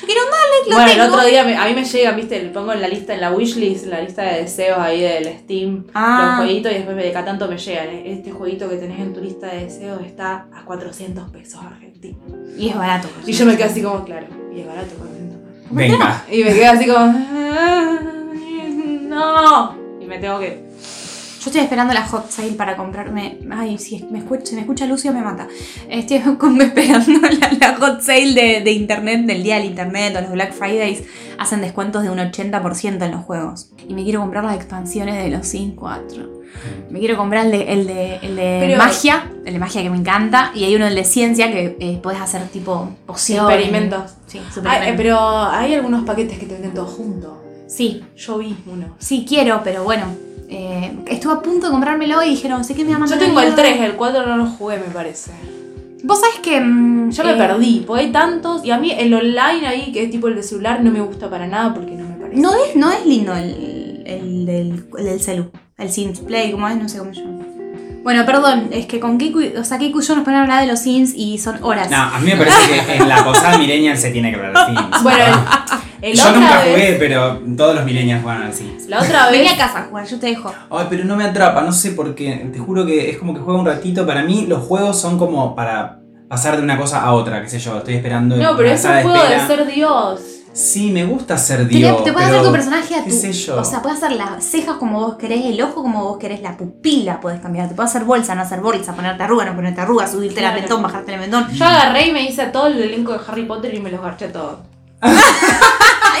Speaker 1: Yo quiero un Dalek, lo
Speaker 2: bueno,
Speaker 1: tengo.
Speaker 2: el otro día me- a mí me llega, viste, le pongo en la lista, en la wishlist, en la lista de deseos ahí del Steam,
Speaker 1: Ah.
Speaker 2: los jueguitos y después me cada tanto me llegan. eh, Este jueguito que tenés en tu lista de deseos está a 400 pesos argentinos.
Speaker 1: Y es barato.
Speaker 2: Y yo me quedo así como, claro, y es barato 400 pesos.
Speaker 4: Venga.
Speaker 2: Y me quedo así como, "Ay, no. Y me tengo que...
Speaker 1: Yo estoy esperando la hot sale para comprarme. Ay, si es- me escucha, si me escucha Lucio me mata. Estoy como esperando la, la hot sale de, de internet, del día del internet o los Black Fridays. Hacen descuentos de un 80% en los juegos. Y me quiero comprar las expansiones de los Sims 4. Me quiero comprar el de, el de, el de
Speaker 2: Pero-
Speaker 1: magia, el de magia que me encanta. Y hay uno el de ciencia que eh, podés hacer tipo pociones.
Speaker 2: Experimentos.
Speaker 1: Sí,
Speaker 2: Ay, eh,
Speaker 1: experimentos.
Speaker 2: pero hay algunos paquetes que te venden todos juntos.
Speaker 1: Sí,
Speaker 2: Yo vi uno.
Speaker 1: sí quiero, pero bueno. eh, estuve a punto de comprármelo y dijeron, sé que me va a mandar
Speaker 2: Yo
Speaker 1: a
Speaker 2: tengo el
Speaker 1: mierda".
Speaker 2: 3, el 4 no lo jugué, me parece.
Speaker 1: Vos sabés que. mm,
Speaker 2: Yo me
Speaker 1: eh,
Speaker 2: perdí, porque hay tantos. Y a mí el online ahí, que es tipo el de celular, no me gusta para nada porque no me parece.
Speaker 1: No es, no es lindo el, el, del- el del celu. El Sims Play, como es, no sé cómo se llama. Bueno, perdón, es que con Kiku, y- o sea, Kiku y yo nos ponen a hablar de los Sims y son horas.
Speaker 4: No, a mí me parece que en la posada millennial se tiene que hablar de Sims.
Speaker 2: Bueno, el, el
Speaker 4: yo
Speaker 2: otra
Speaker 4: nunca
Speaker 2: vez.
Speaker 4: jugué, pero todos los millennials jugaron al Sims.
Speaker 2: La otra
Speaker 1: Vení a
Speaker 2: vez.
Speaker 1: casa a jugar, yo te dejo.
Speaker 4: Ay, pero no me atrapa, no sé por qué. Te juro que es como que juego un ratito. Para mí, los juegos son como para pasar de una cosa a otra, qué sé yo. Estoy esperando. en
Speaker 2: No, pero
Speaker 4: una
Speaker 2: es
Speaker 4: sala
Speaker 2: un juego de
Speaker 4: Ah, espera.
Speaker 2: ser Dios.
Speaker 4: Sí, me gusta ser
Speaker 1: Tenés-
Speaker 4: Dios.
Speaker 1: te puedes
Speaker 4: pero-
Speaker 1: hacer tu personaje a
Speaker 4: qué
Speaker 1: tu.
Speaker 4: sé yo.
Speaker 1: O sea, puedes hacer las cejas como vos querés, el ojo como vos querés, la pupila puedes cambiar. Te puedes hacer bolsa, no hacer bolsa, ponerte arruga, no ponerte arruga, subirte el
Speaker 2: Claro.
Speaker 1: mentón, bajarte el mentón.
Speaker 2: Yo agarré y me hice todo el elenco de Harry Potter y me los garché todos.
Speaker 1: Ah,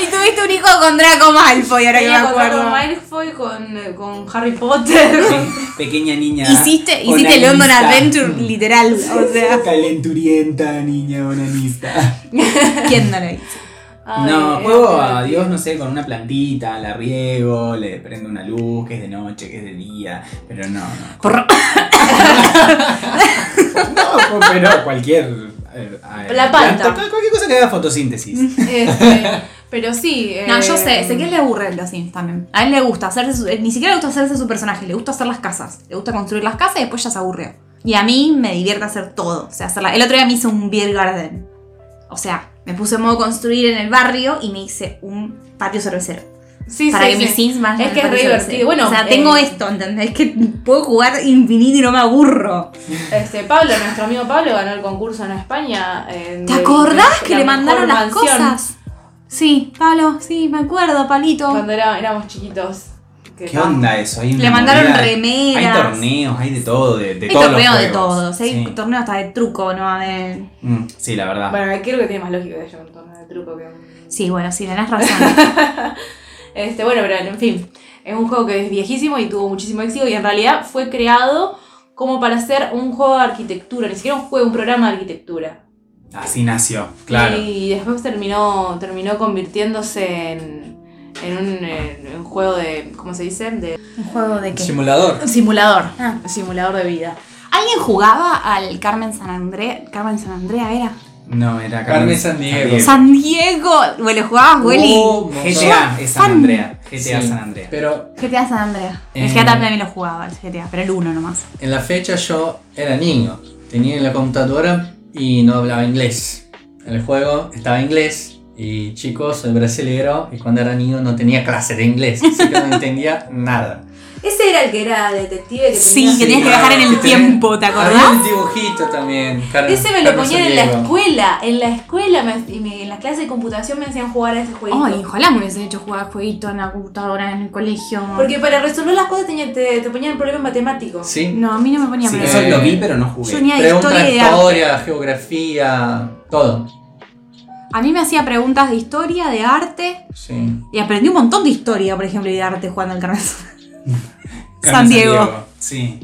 Speaker 1: y tuviste un hijo con Draco Malfoy, ahora que me
Speaker 2: Tenía con
Speaker 1: acuerdo.
Speaker 2: Draco Malfoy, con, eh, con Harry Potter.
Speaker 4: Pequeña niña.
Speaker 1: Hiciste, hiciste
Speaker 4: onanista.
Speaker 1: London Adventure, literal. O sea,
Speaker 4: Calenturienta, niña onanista.
Speaker 1: ¿quién no lo hizo?
Speaker 2: Ay, este,
Speaker 4: no,
Speaker 2: era
Speaker 4: juego
Speaker 2: divertido.
Speaker 4: a Dios, no sé, con una plantita, la riego, le prendo una luz, que es de noche, que es de día. Pero no, no. No, pero cualquier. eh, eh,
Speaker 2: La palta.
Speaker 4: planta, Cualquier cosa que haga fotosíntesis.
Speaker 2: Este, pero sí.
Speaker 1: No,
Speaker 2: eh,
Speaker 1: yo sé, sé que a él le aburre los Sims también. A él le gusta hacerse su- eh, ni siquiera le gusta hacerse su personaje, le gusta hacer las casas. Le gusta construir las casas y después ya se aburrió. Y a mí me divierte hacer todo. O sea, hacerla. El otro día me hice un beer garden. O sea, me puse en modo construir en el barrio y me hice un patio cervecero.
Speaker 2: Sí,
Speaker 1: para
Speaker 2: sí,
Speaker 1: que
Speaker 2: sí.
Speaker 1: mis sims vayan
Speaker 2: Es que
Speaker 1: al patio
Speaker 2: es re
Speaker 1: de
Speaker 2: divertido.
Speaker 1: ese.
Speaker 2: Bueno,
Speaker 1: o sea,
Speaker 2: eh,
Speaker 1: tengo esto, ¿entendés? Que puedo jugar infinito y no me aburro.
Speaker 2: Este, Pablo, nuestro amigo Pablo ganó el concurso en España. en-
Speaker 1: ¿Te
Speaker 2: de-
Speaker 1: acordás
Speaker 2: de-
Speaker 1: que
Speaker 2: la
Speaker 1: le
Speaker 2: mejor
Speaker 1: mandaron las
Speaker 2: mansión
Speaker 1: cosas? Sí, Pablo, sí, me acuerdo, Palito.
Speaker 2: Cuando era- éramos chiquitos. Que
Speaker 4: ¿Qué
Speaker 2: ta-
Speaker 4: onda eso? Hay una
Speaker 1: Le mandaron
Speaker 4: movida,
Speaker 1: remeras.
Speaker 4: Hay torneos, hay de todo, de, de
Speaker 1: Hay
Speaker 4: todos
Speaker 1: torneo
Speaker 4: los
Speaker 1: de
Speaker 4: juegos.
Speaker 1: todos, hay
Speaker 4: Sí.
Speaker 1: torneo hasta de truco, ¿no? De...
Speaker 4: Mm, sí, la verdad.
Speaker 2: Bueno, creo que tiene más lógica que yo un torneo de truco que un-
Speaker 1: Sí, bueno, sí, tenés razón.
Speaker 2: Este, bueno, pero en fin, es un juego que es viejísimo y tuvo muchísimo éxito y en realidad fue creado como para hacer un juego de arquitectura, ni siquiera un juego, un programa de arquitectura.
Speaker 4: Así nació, claro.
Speaker 2: Y después terminó, terminó convirtiéndose en, en un, en un juego de, ¿cómo se dice? De
Speaker 1: ¿Un juego de qué?
Speaker 3: Simulador.
Speaker 2: un simulador,
Speaker 1: Ah.
Speaker 2: un simulador de vida.
Speaker 1: ¿Alguien jugaba al Carmen San Andrea? ¿Carmen San Andrea era?
Speaker 4: No, era
Speaker 3: Carmen San Diego.
Speaker 4: Eh.
Speaker 1: ¡San Diego! Bueno, jugabas, Willy.
Speaker 3: Oh, no,
Speaker 4: GTA es San
Speaker 1: San-
Speaker 4: Andrea. GTA
Speaker 3: Sí,
Speaker 4: San Andrea.
Speaker 3: Pero
Speaker 1: GTA San Andrea. El
Speaker 3: Eh.
Speaker 1: GTA también lo jugaba, el GTA, pero el uno nomás.
Speaker 3: en la fecha yo era niño. Tenía la computadora y no hablaba inglés. En el juego estaba inglés. Y chicos, soy brasilero y cuando era niño no tenía clase de inglés, así que no entendía nada.
Speaker 2: Ese era el que era detective que
Speaker 1: Sí, que tenías que viajar en el
Speaker 3: Sí.
Speaker 1: tiempo, ¿te
Speaker 3: Había
Speaker 1: acordás?
Speaker 3: un dibujito también. Carmen-
Speaker 2: Ese me lo
Speaker 3: Carmen
Speaker 2: ponían en la
Speaker 3: Sandiego.
Speaker 2: escuela, en la escuela, me- y me- en la clase de computación me hacían jugar a ese jueguito.
Speaker 1: Ay, ojalá me hubiesen hecho jugar jueguito en la computadora en el colegio.
Speaker 2: Porque para resolver las cosas tenía- te, te ponían problemas matemáticos.
Speaker 3: Sí,
Speaker 1: No, a mí no me ponía
Speaker 4: Sí, eh,
Speaker 1: problema.
Speaker 4: eso lo vi, pero no jugué.
Speaker 1: Yo ni a
Speaker 3: Pregunta
Speaker 1: historia
Speaker 3: de
Speaker 1: y de arte.
Speaker 3: historia, geografía, todo.
Speaker 1: A mí me hacía preguntas de historia, de arte.
Speaker 3: Sí.
Speaker 1: Y aprendí un montón de historia, por ejemplo, y de arte jugando al Carmen San
Speaker 4: Carmen
Speaker 1: San Diego.
Speaker 4: Sí.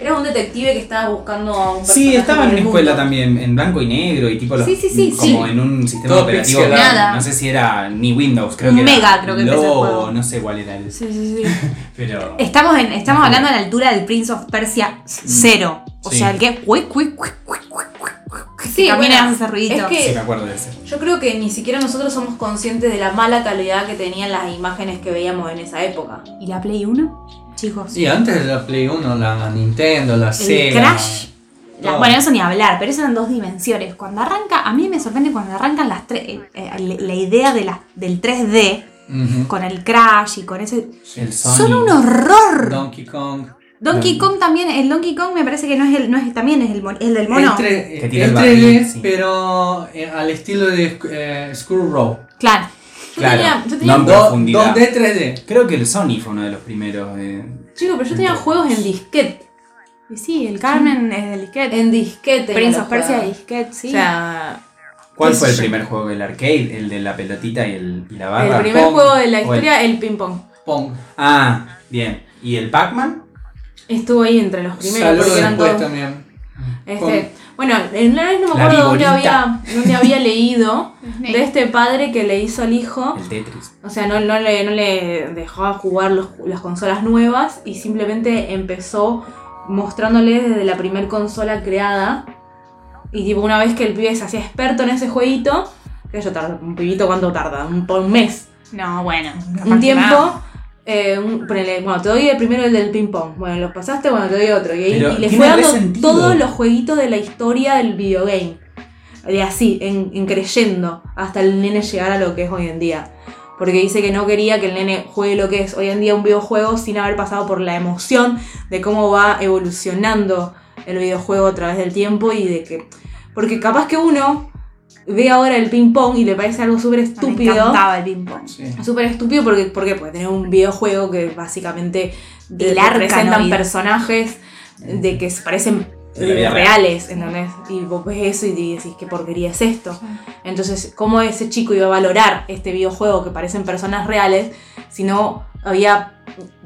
Speaker 2: Era un detective que estaba buscando a un personaje
Speaker 4: Sí, estaba
Speaker 2: por
Speaker 4: en mi
Speaker 2: el
Speaker 4: escuela
Speaker 2: mundo.
Speaker 4: también, en blanco y negro y tipo los,
Speaker 2: Sí, sí, sí,
Speaker 4: como
Speaker 2: sí.
Speaker 4: en un sistema
Speaker 3: Todo
Speaker 4: operativo.
Speaker 3: pixelado.
Speaker 1: Nada.
Speaker 4: No sé si era ni Windows, creo
Speaker 1: Un
Speaker 4: que era.
Speaker 1: Mega, creo que empezó el
Speaker 4: Logo,
Speaker 1: juego.
Speaker 4: no sé cuál era el.
Speaker 1: Sí, sí, sí.
Speaker 4: Pero.
Speaker 1: Estamos, en, estamos hablando a la altura del Prince of Persia cero. O
Speaker 3: Sí.
Speaker 1: sea, el que. cue, cue, cue, cue, cue, cue, cue,
Speaker 2: Sí,
Speaker 1: que camina
Speaker 2: bueno,
Speaker 1: hace ese ruidito.
Speaker 2: es que-
Speaker 4: Sí, me acuerdo de ese.
Speaker 2: Yo creo que ni siquiera nosotros somos conscientes de la mala calidad que tenían las imágenes que veíamos en esa época.
Speaker 1: ¿Y la Play 1? Chicos.
Speaker 3: Sí, antes de la Play 1, la Nintendo, la
Speaker 1: el
Speaker 3: Sega.
Speaker 1: Crash. La-
Speaker 3: todo.
Speaker 1: bueno, eso ni hablar, pero eso eran dos dimensiones. Cuando arranca, a mí me sorprende cuando arrancan las tres. eh, eh, la- la idea de la- del 3D
Speaker 3: Ujú.
Speaker 1: con el Crash y con ese.
Speaker 4: El Sonic.
Speaker 1: Son un horror.
Speaker 3: Donkey Kong.
Speaker 1: Donkey Kong también, el Donkey Kong me parece que no es el, no es también es el, mon- el del mono.
Speaker 3: El, tre-
Speaker 4: Que tira
Speaker 3: el
Speaker 4: el
Speaker 3: 3D,
Speaker 4: barril, sí.
Speaker 3: pero eh, al estilo de Sc- eh, Screwball.
Speaker 1: Claro.
Speaker 2: Yo
Speaker 4: Claro.
Speaker 2: tenía- yo
Speaker 4: No
Speaker 2: tenía-
Speaker 4: en
Speaker 3: Do-
Speaker 4: profundidad.
Speaker 3: 2D, 3D.
Speaker 4: Creo que el Sony fue uno de los primeros. eh.
Speaker 2: Chicos, pero yo tenía juegos en disquete.
Speaker 1: Y sí, el Carmen es del disquete.
Speaker 2: En disquete.
Speaker 1: Prince
Speaker 2: los
Speaker 1: of Persia
Speaker 2: jugaba.
Speaker 1: de disquete, sí.
Speaker 2: O sea,
Speaker 4: ¿Cuál
Speaker 2: Sí,
Speaker 4: fue el
Speaker 2: sí.
Speaker 4: primer juego del arcade? ¿El de la pelotita y, el, y la barra?
Speaker 2: el primer
Speaker 3: Pong,
Speaker 2: juego de la
Speaker 4: o el-
Speaker 2: historia, el ping-pong.
Speaker 3: Pong.
Speaker 4: Ah, bien. ¿Y el Pac-Man?
Speaker 2: Estuvo ahí entre los primeros,
Speaker 3: Salió
Speaker 2: porque eran
Speaker 3: después
Speaker 2: todos
Speaker 3: también.
Speaker 2: Este, bueno, en una vez no me
Speaker 4: La
Speaker 2: acuerdo dónde
Speaker 4: viborita.
Speaker 2: había, dónde había leído de este padre que le hizo al hijo,
Speaker 4: El Tetris.
Speaker 2: o sea, no, no, le, no le dejaba jugar los- las consolas nuevas y simplemente empezó mostrándole desde la primer consola creada. Y tipo, una vez que el pibe se hacía experto en ese jueguito, que yo tarda, un pibito cuánto tarda, un, por un mes,
Speaker 1: No, bueno.
Speaker 2: un tiempo. eh, un- ponele, bueno, te doy el primero el del ping pong. Bueno, lo pasaste, bueno, te doy otro. Y, ahí-
Speaker 4: Pero
Speaker 2: y le
Speaker 4: tiene
Speaker 2: fue dando
Speaker 4: resentido.
Speaker 2: todos los jueguitos de la historia del videogame. De así, en, en creyendo, hasta el nene llegar a lo que es hoy en día. Porque dice que no quería que el nene juegue lo que es hoy en día un videojuego sin haber pasado por la emoción de cómo va evolucionando el videojuego a través del tiempo y de que. Porque capaz que uno ve ahora el ping pong y le parece algo súper
Speaker 1: Estúpido. Me
Speaker 2: estúpido.
Speaker 1: encantaba el ping pong.
Speaker 3: Sí.
Speaker 2: Súper estúpido porque, ¿por qué? Porque pues, tenés un videojuego que básicamente de-
Speaker 1: El arcanoide.
Speaker 2: representan personajes de que se parecen
Speaker 4: De la
Speaker 2: eh,
Speaker 4: vida real.
Speaker 2: reales, ¿entendés? Y vos ves eso y decís, ¿qué porquería es esto? Entonces, ¿cómo ese chico iba a valorar este videojuego que parecen personas reales si no había,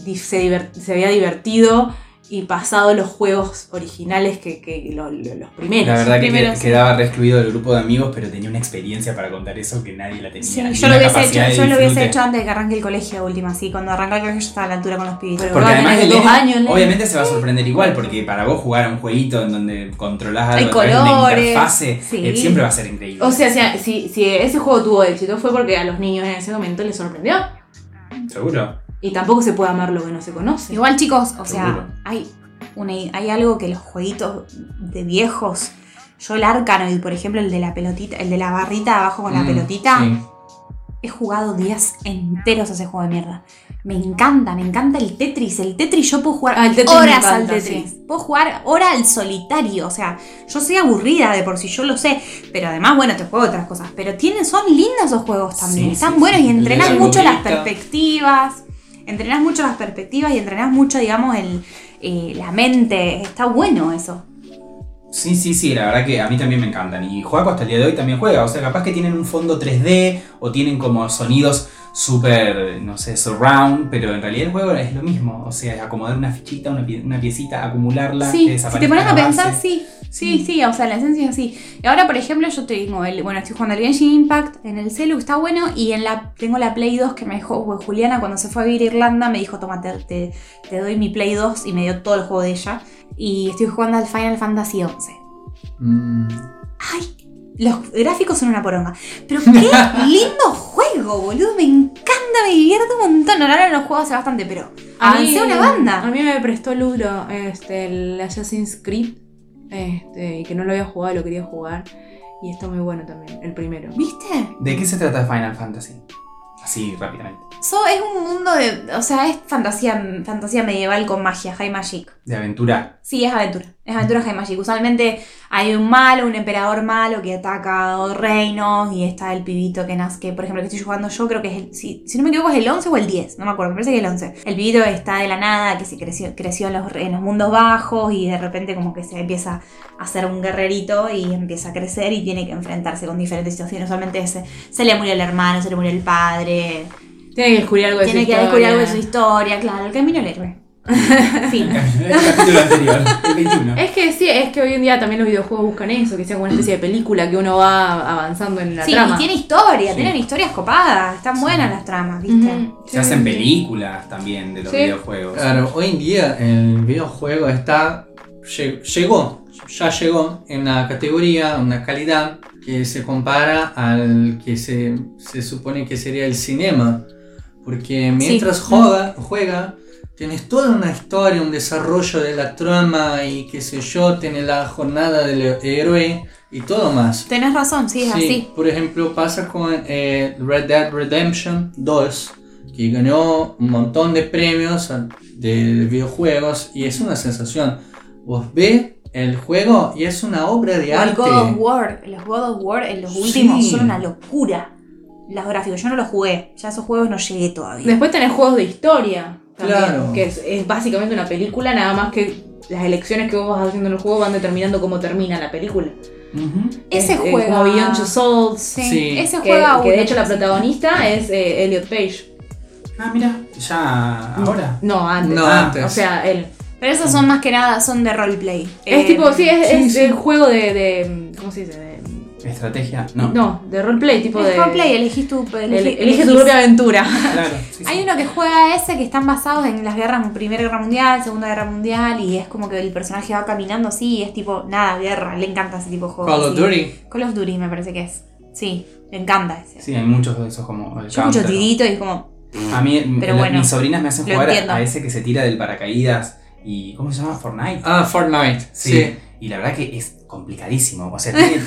Speaker 2: di- se, divert- se había divertido y pasado los juegos originales que, que lo- lo- los primeros?
Speaker 4: La verdad que
Speaker 1: primero,
Speaker 4: que-
Speaker 1: sí.
Speaker 4: quedaba re excluido del grupo de amigos, pero tenía una experiencia para contar eso que nadie la tenía.
Speaker 1: Sí,
Speaker 4: y
Speaker 1: yo
Speaker 4: una
Speaker 1: lo hubiese hecho,
Speaker 4: capacidad de
Speaker 1: yo lo hubiese
Speaker 4: disfrute.
Speaker 1: hecho antes de que arranque el colegio última, sí. Cuando arranca el colegio yo estaba a la altura con los pibitos.
Speaker 2: Pero
Speaker 4: Porque
Speaker 2: va a
Speaker 4: además
Speaker 2: tener
Speaker 4: el
Speaker 2: dos
Speaker 4: nene,
Speaker 2: años, el nene.
Speaker 4: obviamente se va a sorprender igual, porque para vos jugar a un jueguito en donde controlás
Speaker 1: Hay
Speaker 4: algo a través de una
Speaker 1: colores,
Speaker 4: interfase,
Speaker 1: sí.
Speaker 4: eh, siempre va a ser increíble.
Speaker 2: O sea, si- si, si ese juego tuvo éxito fue porque a los niños en ese momento les sorprendió.
Speaker 4: Seguro.
Speaker 2: Y tampoco se puede amar lo que no se conoce.
Speaker 1: Igual chicos, o
Speaker 4: Seguro.
Speaker 1: sea, hay, una, hay algo que los jueguitos de viejos, yo el Arcanoid, por ejemplo, el de la pelotita, el de la barrita abajo con la
Speaker 3: Mm,
Speaker 1: pelotita,
Speaker 3: sí.
Speaker 1: He jugado días enteros a ese juego de mierda. Me encanta, me encanta el Tetris. El Tetris yo puedo jugar
Speaker 2: Ah, el Tetris me
Speaker 1: horas al
Speaker 2: encanta,
Speaker 1: Tetris. Puedo jugar horas al solitario. O sea, yo soy aburrida de por sí, yo lo sé. Pero además, bueno, te juego otras cosas. Pero tienen, son lindos esos juegos también.
Speaker 4: Sí,
Speaker 1: Están
Speaker 4: sí,
Speaker 1: buenos
Speaker 4: sí.
Speaker 1: y entrenas
Speaker 4: Le da
Speaker 1: mucho las
Speaker 4: gomita.
Speaker 1: perspectivas. Entrenás mucho las perspectivas y entrenás mucho, digamos, el, eh, la mente. Está bueno eso.
Speaker 4: Sí, sí, sí, la verdad que a mí también me encantan. Y Juaco hasta el día de hoy también juega. O sea, capaz que tienen un fondo 3D o tienen como sonidos súper, no sé, surround, pero en realidad el juego es lo mismo. O sea, es acomodar una fichita, una, pie- una piecita, acumularla. que
Speaker 1: Sí, si te
Speaker 4: desaparezca
Speaker 1: pones a
Speaker 4: la
Speaker 1: pensar,
Speaker 4: base.
Speaker 1: sí.
Speaker 2: Mm.
Speaker 1: Sí, sí, o sea, la esencia es así. Y ahora, por ejemplo, yo tengo el. Bueno, estoy jugando al Genshin Impact en el celu, está bueno. Y en la tengo la Play 2 que me dejó bueno, Juliana cuando se fue a vivir a Irlanda. Me dijo, toma, te, te- te doy mi Play 2 y me dio todo el juego de ella. Y estoy jugando al Final Fantasy XI.
Speaker 3: Mm,
Speaker 1: ¡Ay! Los gráficos son una poronga. Pero qué lindo juego, boludo. Me encanta, me divierto un montón. Ahora lo juego hace bastante, pero.
Speaker 2: A mí-
Speaker 1: Avancé una banda.
Speaker 2: A mí me prestó Lulo este, el Assassin's Creed, este, y que no lo había jugado, lo quería jugar. Y está muy bueno también, el primero.
Speaker 1: ¿Viste?
Speaker 4: ¿De qué se trata Final Fantasy? Así, rápidamente.
Speaker 1: So, es un mundo de. O sea, es fantasía, fantasía medieval con magia, high magic.
Speaker 4: De aventura.
Speaker 1: Sí, es aventura. Es aventura high magic. Usualmente hay un malo, un emperador malo que ataca dos reinos y está el pibito que nace. Que, por ejemplo, que estoy jugando yo, creo que es el. Si, si no me equivoco, es el 11 o el 10. No me acuerdo, me parece que es el 11. El pibito está de la nada, que se creció, creció en, los, en los mundos bajos y de repente, como que se empieza a ser un guerrerito y empieza a crecer y tiene que enfrentarse con diferentes situaciones. Usualmente se, se le murió el hermano, se le murió el padre.
Speaker 2: Tiene que descubrir algo de
Speaker 1: Tiene
Speaker 2: su
Speaker 1: que descubrir algo de su
Speaker 2: historia.
Speaker 1: historia, claro, el camino al héroe. fin.
Speaker 4: El capítulo anterior, el 21.
Speaker 2: Es que sí, es que hoy en día también los videojuegos buscan eso, que sea como una especie de película que uno va avanzando en la
Speaker 1: Sí,
Speaker 2: trama.
Speaker 1: y tiene historia,
Speaker 4: Sí.
Speaker 1: tienen historias copadas, están buenas las tramas, ¿viste?
Speaker 2: Ujú, sí,
Speaker 4: Se hacen
Speaker 2: sí.
Speaker 4: películas también de los
Speaker 2: Sí.
Speaker 4: videojuegos.
Speaker 3: Claro, hoy en día el videojuego está. lle- Llegó, ya llegó en una categoría, una calidad que se compara al que se, se supone que sería el cinema. Porque mientras juega, juega, tienes toda una historia, un desarrollo de la trama y qué sé yo, tiene la jornada del héroe y todo más.
Speaker 1: Tenés razón, sí, es así.
Speaker 3: Por ejemplo, pasa con eh, Red Dead Redemption 2, que ganó un montón de premios a- de videojuegos y es una sensación. Vos ve el juego y es una obra de
Speaker 1: O Oh, el
Speaker 3: arte.
Speaker 1: God of War, los God of War en los
Speaker 3: Sí.
Speaker 1: últimos son una locura. Los gráficos, yo no los jugué, ya a esos juegos no llegué todavía.
Speaker 2: Después tenés juegos de historia. También,
Speaker 3: Claro.
Speaker 2: Que es, es básicamente una película, nada más que las elecciones que vos vas haciendo en el juego van determinando cómo termina la película.
Speaker 3: Ujú.
Speaker 1: Ese
Speaker 2: Es- es
Speaker 1: juego.
Speaker 2: Como Beyond Two Souls.
Speaker 3: Sí.
Speaker 1: Ese
Speaker 2: Que,
Speaker 1: juega
Speaker 2: que
Speaker 1: uno.
Speaker 2: de hecho la protagonista es eh, Elliot Page.
Speaker 4: Ah, mira, ya ahora.
Speaker 2: No, antes.
Speaker 3: No,
Speaker 4: Ah,
Speaker 3: antes.
Speaker 2: O sea, él.
Speaker 1: Pero esos son más que nada, son de roleplay. Eh,
Speaker 2: Es tipo, sí, es,
Speaker 3: sí,
Speaker 2: es
Speaker 3: sí.
Speaker 2: el juego de, de- ¿Cómo se dice? De-
Speaker 4: Estrategia. No.
Speaker 2: no. de roleplay, tipo de.
Speaker 1: Es roleplay, elegís tu.
Speaker 2: Ele-
Speaker 1: elegís-
Speaker 2: elige tu
Speaker 1: elegís-
Speaker 2: propia aventura.
Speaker 4: Claro. sí, sí.
Speaker 1: Hay uno que juega a ese que están basados en las guerras, Primera Guerra Mundial, Segunda Guerra Mundial, y es como que el personaje va caminando así, y es tipo, nada, guerra, le encanta ese tipo de juegos.
Speaker 3: Call of
Speaker 1: así.
Speaker 3: Duty.
Speaker 1: Call of Duty me parece que es. Sí, le encanta ese.
Speaker 4: Sí, hay muchos de esos como el
Speaker 1: Yo escucho
Speaker 4: Counter.
Speaker 1: tirito y es como,
Speaker 4: A mí,
Speaker 1: Pero
Speaker 4: la-
Speaker 1: bueno,
Speaker 4: mis sobrinas me hacen
Speaker 1: lo
Speaker 4: jugar
Speaker 1: entiendo.
Speaker 4: a, a ese que se tira del paracaídas y. ¿Cómo se llama? Fortnite.
Speaker 3: Ah, Fortnite. Sí.
Speaker 4: Y la verdad que es complicadísimo. O sea, tiene-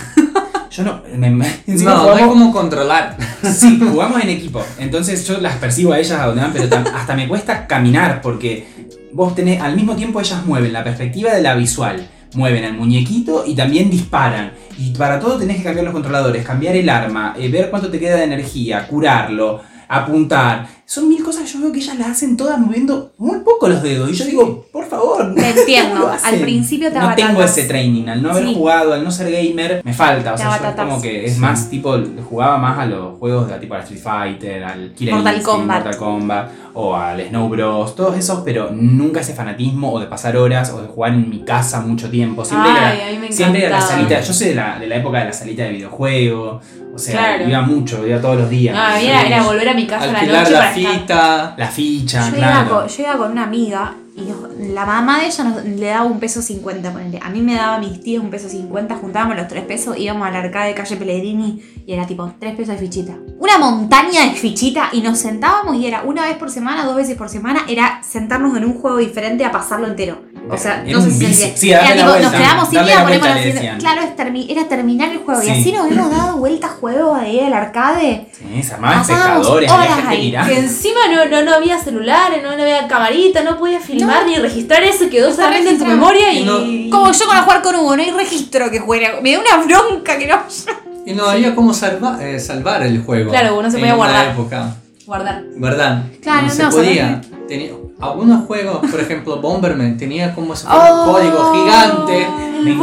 Speaker 4: yo no. me- me- encima
Speaker 3: No, no hay
Speaker 4: jugamos,
Speaker 3: como controlar.
Speaker 4: sí, jugamos en equipo. Entonces yo las percibo a ellas a donde van, pero tam- hasta me cuesta caminar porque vos tenés. Al mismo tiempo ellas mueven la perspectiva de la visual. Mueven al muñequito y también disparan. Y para todo tenés que cambiar los controladores, cambiar el arma, eh, ver cuánto te queda de energía, curarlo, apuntar. Son mil cosas que yo veo que ellas las hacen todas moviendo muy poco los dedos. Y yo digo, por favor,
Speaker 1: te
Speaker 4: lo
Speaker 1: entiendo,
Speaker 4: hacen.
Speaker 1: al principio te
Speaker 4: No tengo
Speaker 1: abatatas.
Speaker 4: ese training, al no haber
Speaker 1: Sí.
Speaker 4: jugado, al no ser gamer, me falta. O
Speaker 1: Te
Speaker 4: sea, yo es
Speaker 1: abatatas.
Speaker 4: como que es más tipo, jugaba más a los juegos de tipo a Street Fighter, al Killer
Speaker 1: Mortal
Speaker 4: Instinct,
Speaker 1: Kombat.
Speaker 4: Mortal Kombat, o al Snow Bros, todos esos, pero nunca ese fanatismo o de pasar horas o de jugar en mi casa mucho tiempo. Siempre,
Speaker 2: Ay,
Speaker 4: era,
Speaker 2: a mí me
Speaker 4: siempre era la
Speaker 2: encantaba.
Speaker 4: salita, yo soy de la, de la época de la salita de videojuego, o sea,
Speaker 2: Claro.
Speaker 4: iba mucho, iba todos los días.
Speaker 2: No,
Speaker 1: Ah,
Speaker 2: a mí
Speaker 4: Sí.
Speaker 2: era, era volver a mi casa a la
Speaker 3: Alquilar
Speaker 2: noche
Speaker 3: la
Speaker 2: para estar.
Speaker 3: fita.
Speaker 4: La ficha,
Speaker 1: Yo iba,
Speaker 4: claro.
Speaker 1: con, yo iba con una amiga y los- la mamá de ella nos, le daba un peso cincuenta, ponele. A mí me daba mis tíos un peso cincuenta, juntábamos los tres pesos, íbamos al arcade de calle Pellegrini y era tipo tres pesos de fichita. Una montaña de fichita y nos sentábamos y era una vez por semana, dos veces por semana, era sentarnos en un juego diferente a pasarlo entero. O sea,
Speaker 4: Era
Speaker 1: no sé
Speaker 4: un
Speaker 1: si se
Speaker 4: bici.
Speaker 1: entiende.
Speaker 4: Sí,
Speaker 1: Era
Speaker 4: darle la
Speaker 1: tipo, nos
Speaker 4: vuelta,
Speaker 1: quedamos sin
Speaker 4: darle
Speaker 1: vida,
Speaker 4: la
Speaker 1: ponemos
Speaker 4: vuelta,
Speaker 1: la
Speaker 4: le
Speaker 1: siguiente.
Speaker 4: decían.
Speaker 1: Claro, es termi- era terminar el juego. Y
Speaker 4: Sí.
Speaker 1: así nos hemos dado vuelta a juego ahí del arcade.
Speaker 4: Sí, se armaban
Speaker 1: Pasábamos
Speaker 4: espectadores, había
Speaker 1: horas
Speaker 4: gente
Speaker 1: ahí.
Speaker 4: mirando.
Speaker 2: Que encima no, no, no había celulares, no, no había camarita, no podía filmar ni registrar eso, quedó
Speaker 1: Está
Speaker 2: solamente en tu
Speaker 1: registrado.
Speaker 2: memoria y.
Speaker 3: No.
Speaker 1: Como yo con la jugar con Hugo, no hay registro que juegue. Me da una bronca que no.
Speaker 3: Y no había cómo salva- eh, salvar el juego.
Speaker 2: Claro, uno se
Speaker 3: en
Speaker 2: podía
Speaker 3: una
Speaker 2: guardar.
Speaker 3: época,
Speaker 2: Guardar.
Speaker 3: ¿verdad?
Speaker 1: Claro,
Speaker 3: no se
Speaker 1: no,
Speaker 3: podía. Tenía, algunos juegos, por ejemplo, Bomberman, tenía como si fuera
Speaker 1: Oh.
Speaker 3: un código gigante
Speaker 4: Me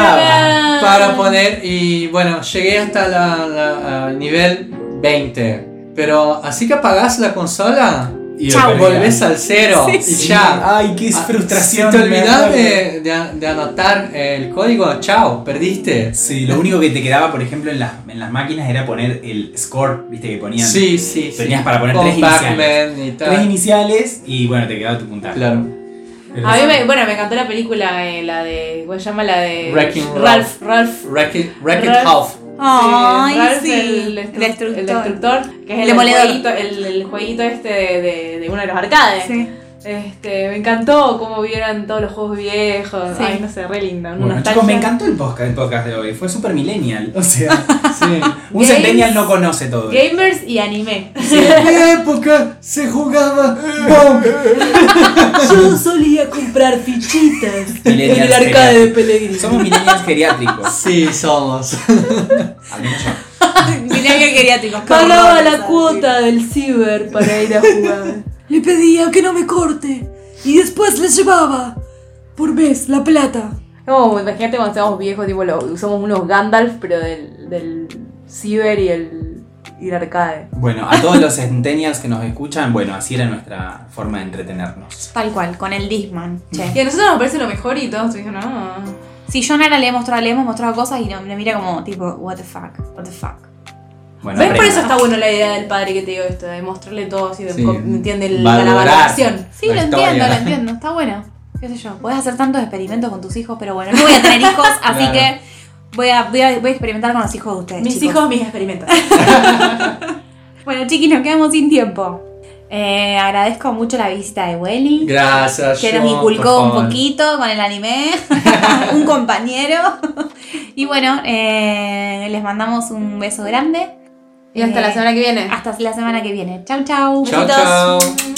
Speaker 2: Bomberman.
Speaker 3: para poner. Y bueno, llegué hasta la, la- al nivel 20. Pero así que apagás la consola,
Speaker 4: Y
Speaker 1: Chau,
Speaker 4: volvía.
Speaker 3: volvés al cero y
Speaker 4: Sí.
Speaker 3: ya.
Speaker 4: Ay, qué
Speaker 3: Ah,
Speaker 4: frustración.
Speaker 3: Si te
Speaker 4: me
Speaker 3: olvidás
Speaker 4: acuerdo.
Speaker 3: de, de- de anotar el código, chao, perdiste.
Speaker 4: Sí, lo único que te quedaba, por ejemplo, en las, en las máquinas era poner el score, viste que ponían
Speaker 3: Sí, sí, sí.
Speaker 4: Tenías para poner
Speaker 3: Con
Speaker 4: tres iniciales.
Speaker 3: Pac-Man y tal.
Speaker 4: tres iniciales y bueno, te quedaba tu puntaje.
Speaker 3: Claro.
Speaker 4: Pero
Speaker 2: A mí
Speaker 4: sí.
Speaker 2: me, bueno, me encantó la película, eh, la de. ¿Cómo se llama? La de.
Speaker 3: Wrecking
Speaker 2: Ralph. Ralph.
Speaker 3: Wreck-It Wreck-It
Speaker 2: Ralph.
Speaker 3: Half.
Speaker 1: Ay,
Speaker 2: Ralph,
Speaker 1: sí.
Speaker 2: El, destru-
Speaker 1: Destructor.
Speaker 2: el destructor, que es el,
Speaker 1: Demoledor.
Speaker 2: jueguito, el, el jueguito este de, de- de uno de los arcades. Este, me encantó cómo vieron todos los juegos viejos.
Speaker 1: Sí.
Speaker 2: Ay, no sé, re lindo. una
Speaker 4: Bueno,
Speaker 2: nostalgia.
Speaker 4: chicos, me encantó el podcast, el podcast de hoy. Fue super millennial. O sea,
Speaker 3: Sí.
Speaker 4: un
Speaker 2: Games-
Speaker 4: centennial no conoce todo. esto.
Speaker 2: Gamers y anime.
Speaker 3: En mi época se jugaba Bomb.
Speaker 2: Yo solía comprar fichitas
Speaker 4: Millennials geriátricos.
Speaker 2: Pellegrini.
Speaker 4: Somos millennials geriátricos.
Speaker 3: Sí, somos.
Speaker 4: Al menos yo.
Speaker 1: Milagro geriátrico.
Speaker 2: Pagaba la cuota del ciber para ir a jugar.
Speaker 6: Le pedía que no me corte y después les llevaba por mes la plata.
Speaker 2: No, imagínate cuando seamos viejos, tipo, lo, somos unos Gandalf, pero del, del ciber y el, y el arcade.
Speaker 4: Bueno, a todos los centennials que nos escuchan, bueno, así era nuestra forma de entretenernos.
Speaker 1: Tal cual, con el Disman. Che.
Speaker 2: Y a nosotros nos parece lo mejor y todos dicen, no.
Speaker 1: Si yo a Nara le he mostrado, le hemos mostrado cosas y no, me mira como tipo, what the fuck, what the fuck.
Speaker 4: Bueno,
Speaker 2: ¿Ves? Por
Speaker 4: aprendan.
Speaker 2: eso está bueno la idea del padre que te digo esto, de mostrarle todo así, de
Speaker 3: Sí.
Speaker 2: co- entiende el- la
Speaker 3: Valorar.
Speaker 2: valoración.
Speaker 1: Sí,
Speaker 3: La
Speaker 1: lo
Speaker 3: historia.
Speaker 1: entiendo, lo entiendo, está bueno. Qué sé yo, puedes hacer tantos experimentos con tus hijos, pero bueno, no voy a tener hijos, así
Speaker 3: Claro.
Speaker 1: que voy a, voy, a, voy a experimentar con los hijos de ustedes.
Speaker 2: Mis
Speaker 1: chicos.
Speaker 2: hijos, mis experimentos.
Speaker 1: Bueno, chiquis, nos quedamos sin tiempo. Eh, agradezco mucho la visita de Welly.
Speaker 3: Gracias.
Speaker 1: que
Speaker 3: Sean,
Speaker 1: nos
Speaker 3: por
Speaker 1: inculcó un
Speaker 3: favor.
Speaker 1: poquito con el anime, un compañero. Y bueno, eh, les mandamos un beso grande.
Speaker 2: Y hasta
Speaker 1: Eh,
Speaker 2: la semana que viene.
Speaker 1: Hasta la semana que viene. Chau, chau.
Speaker 3: Chao, chao.
Speaker 2: Besitos.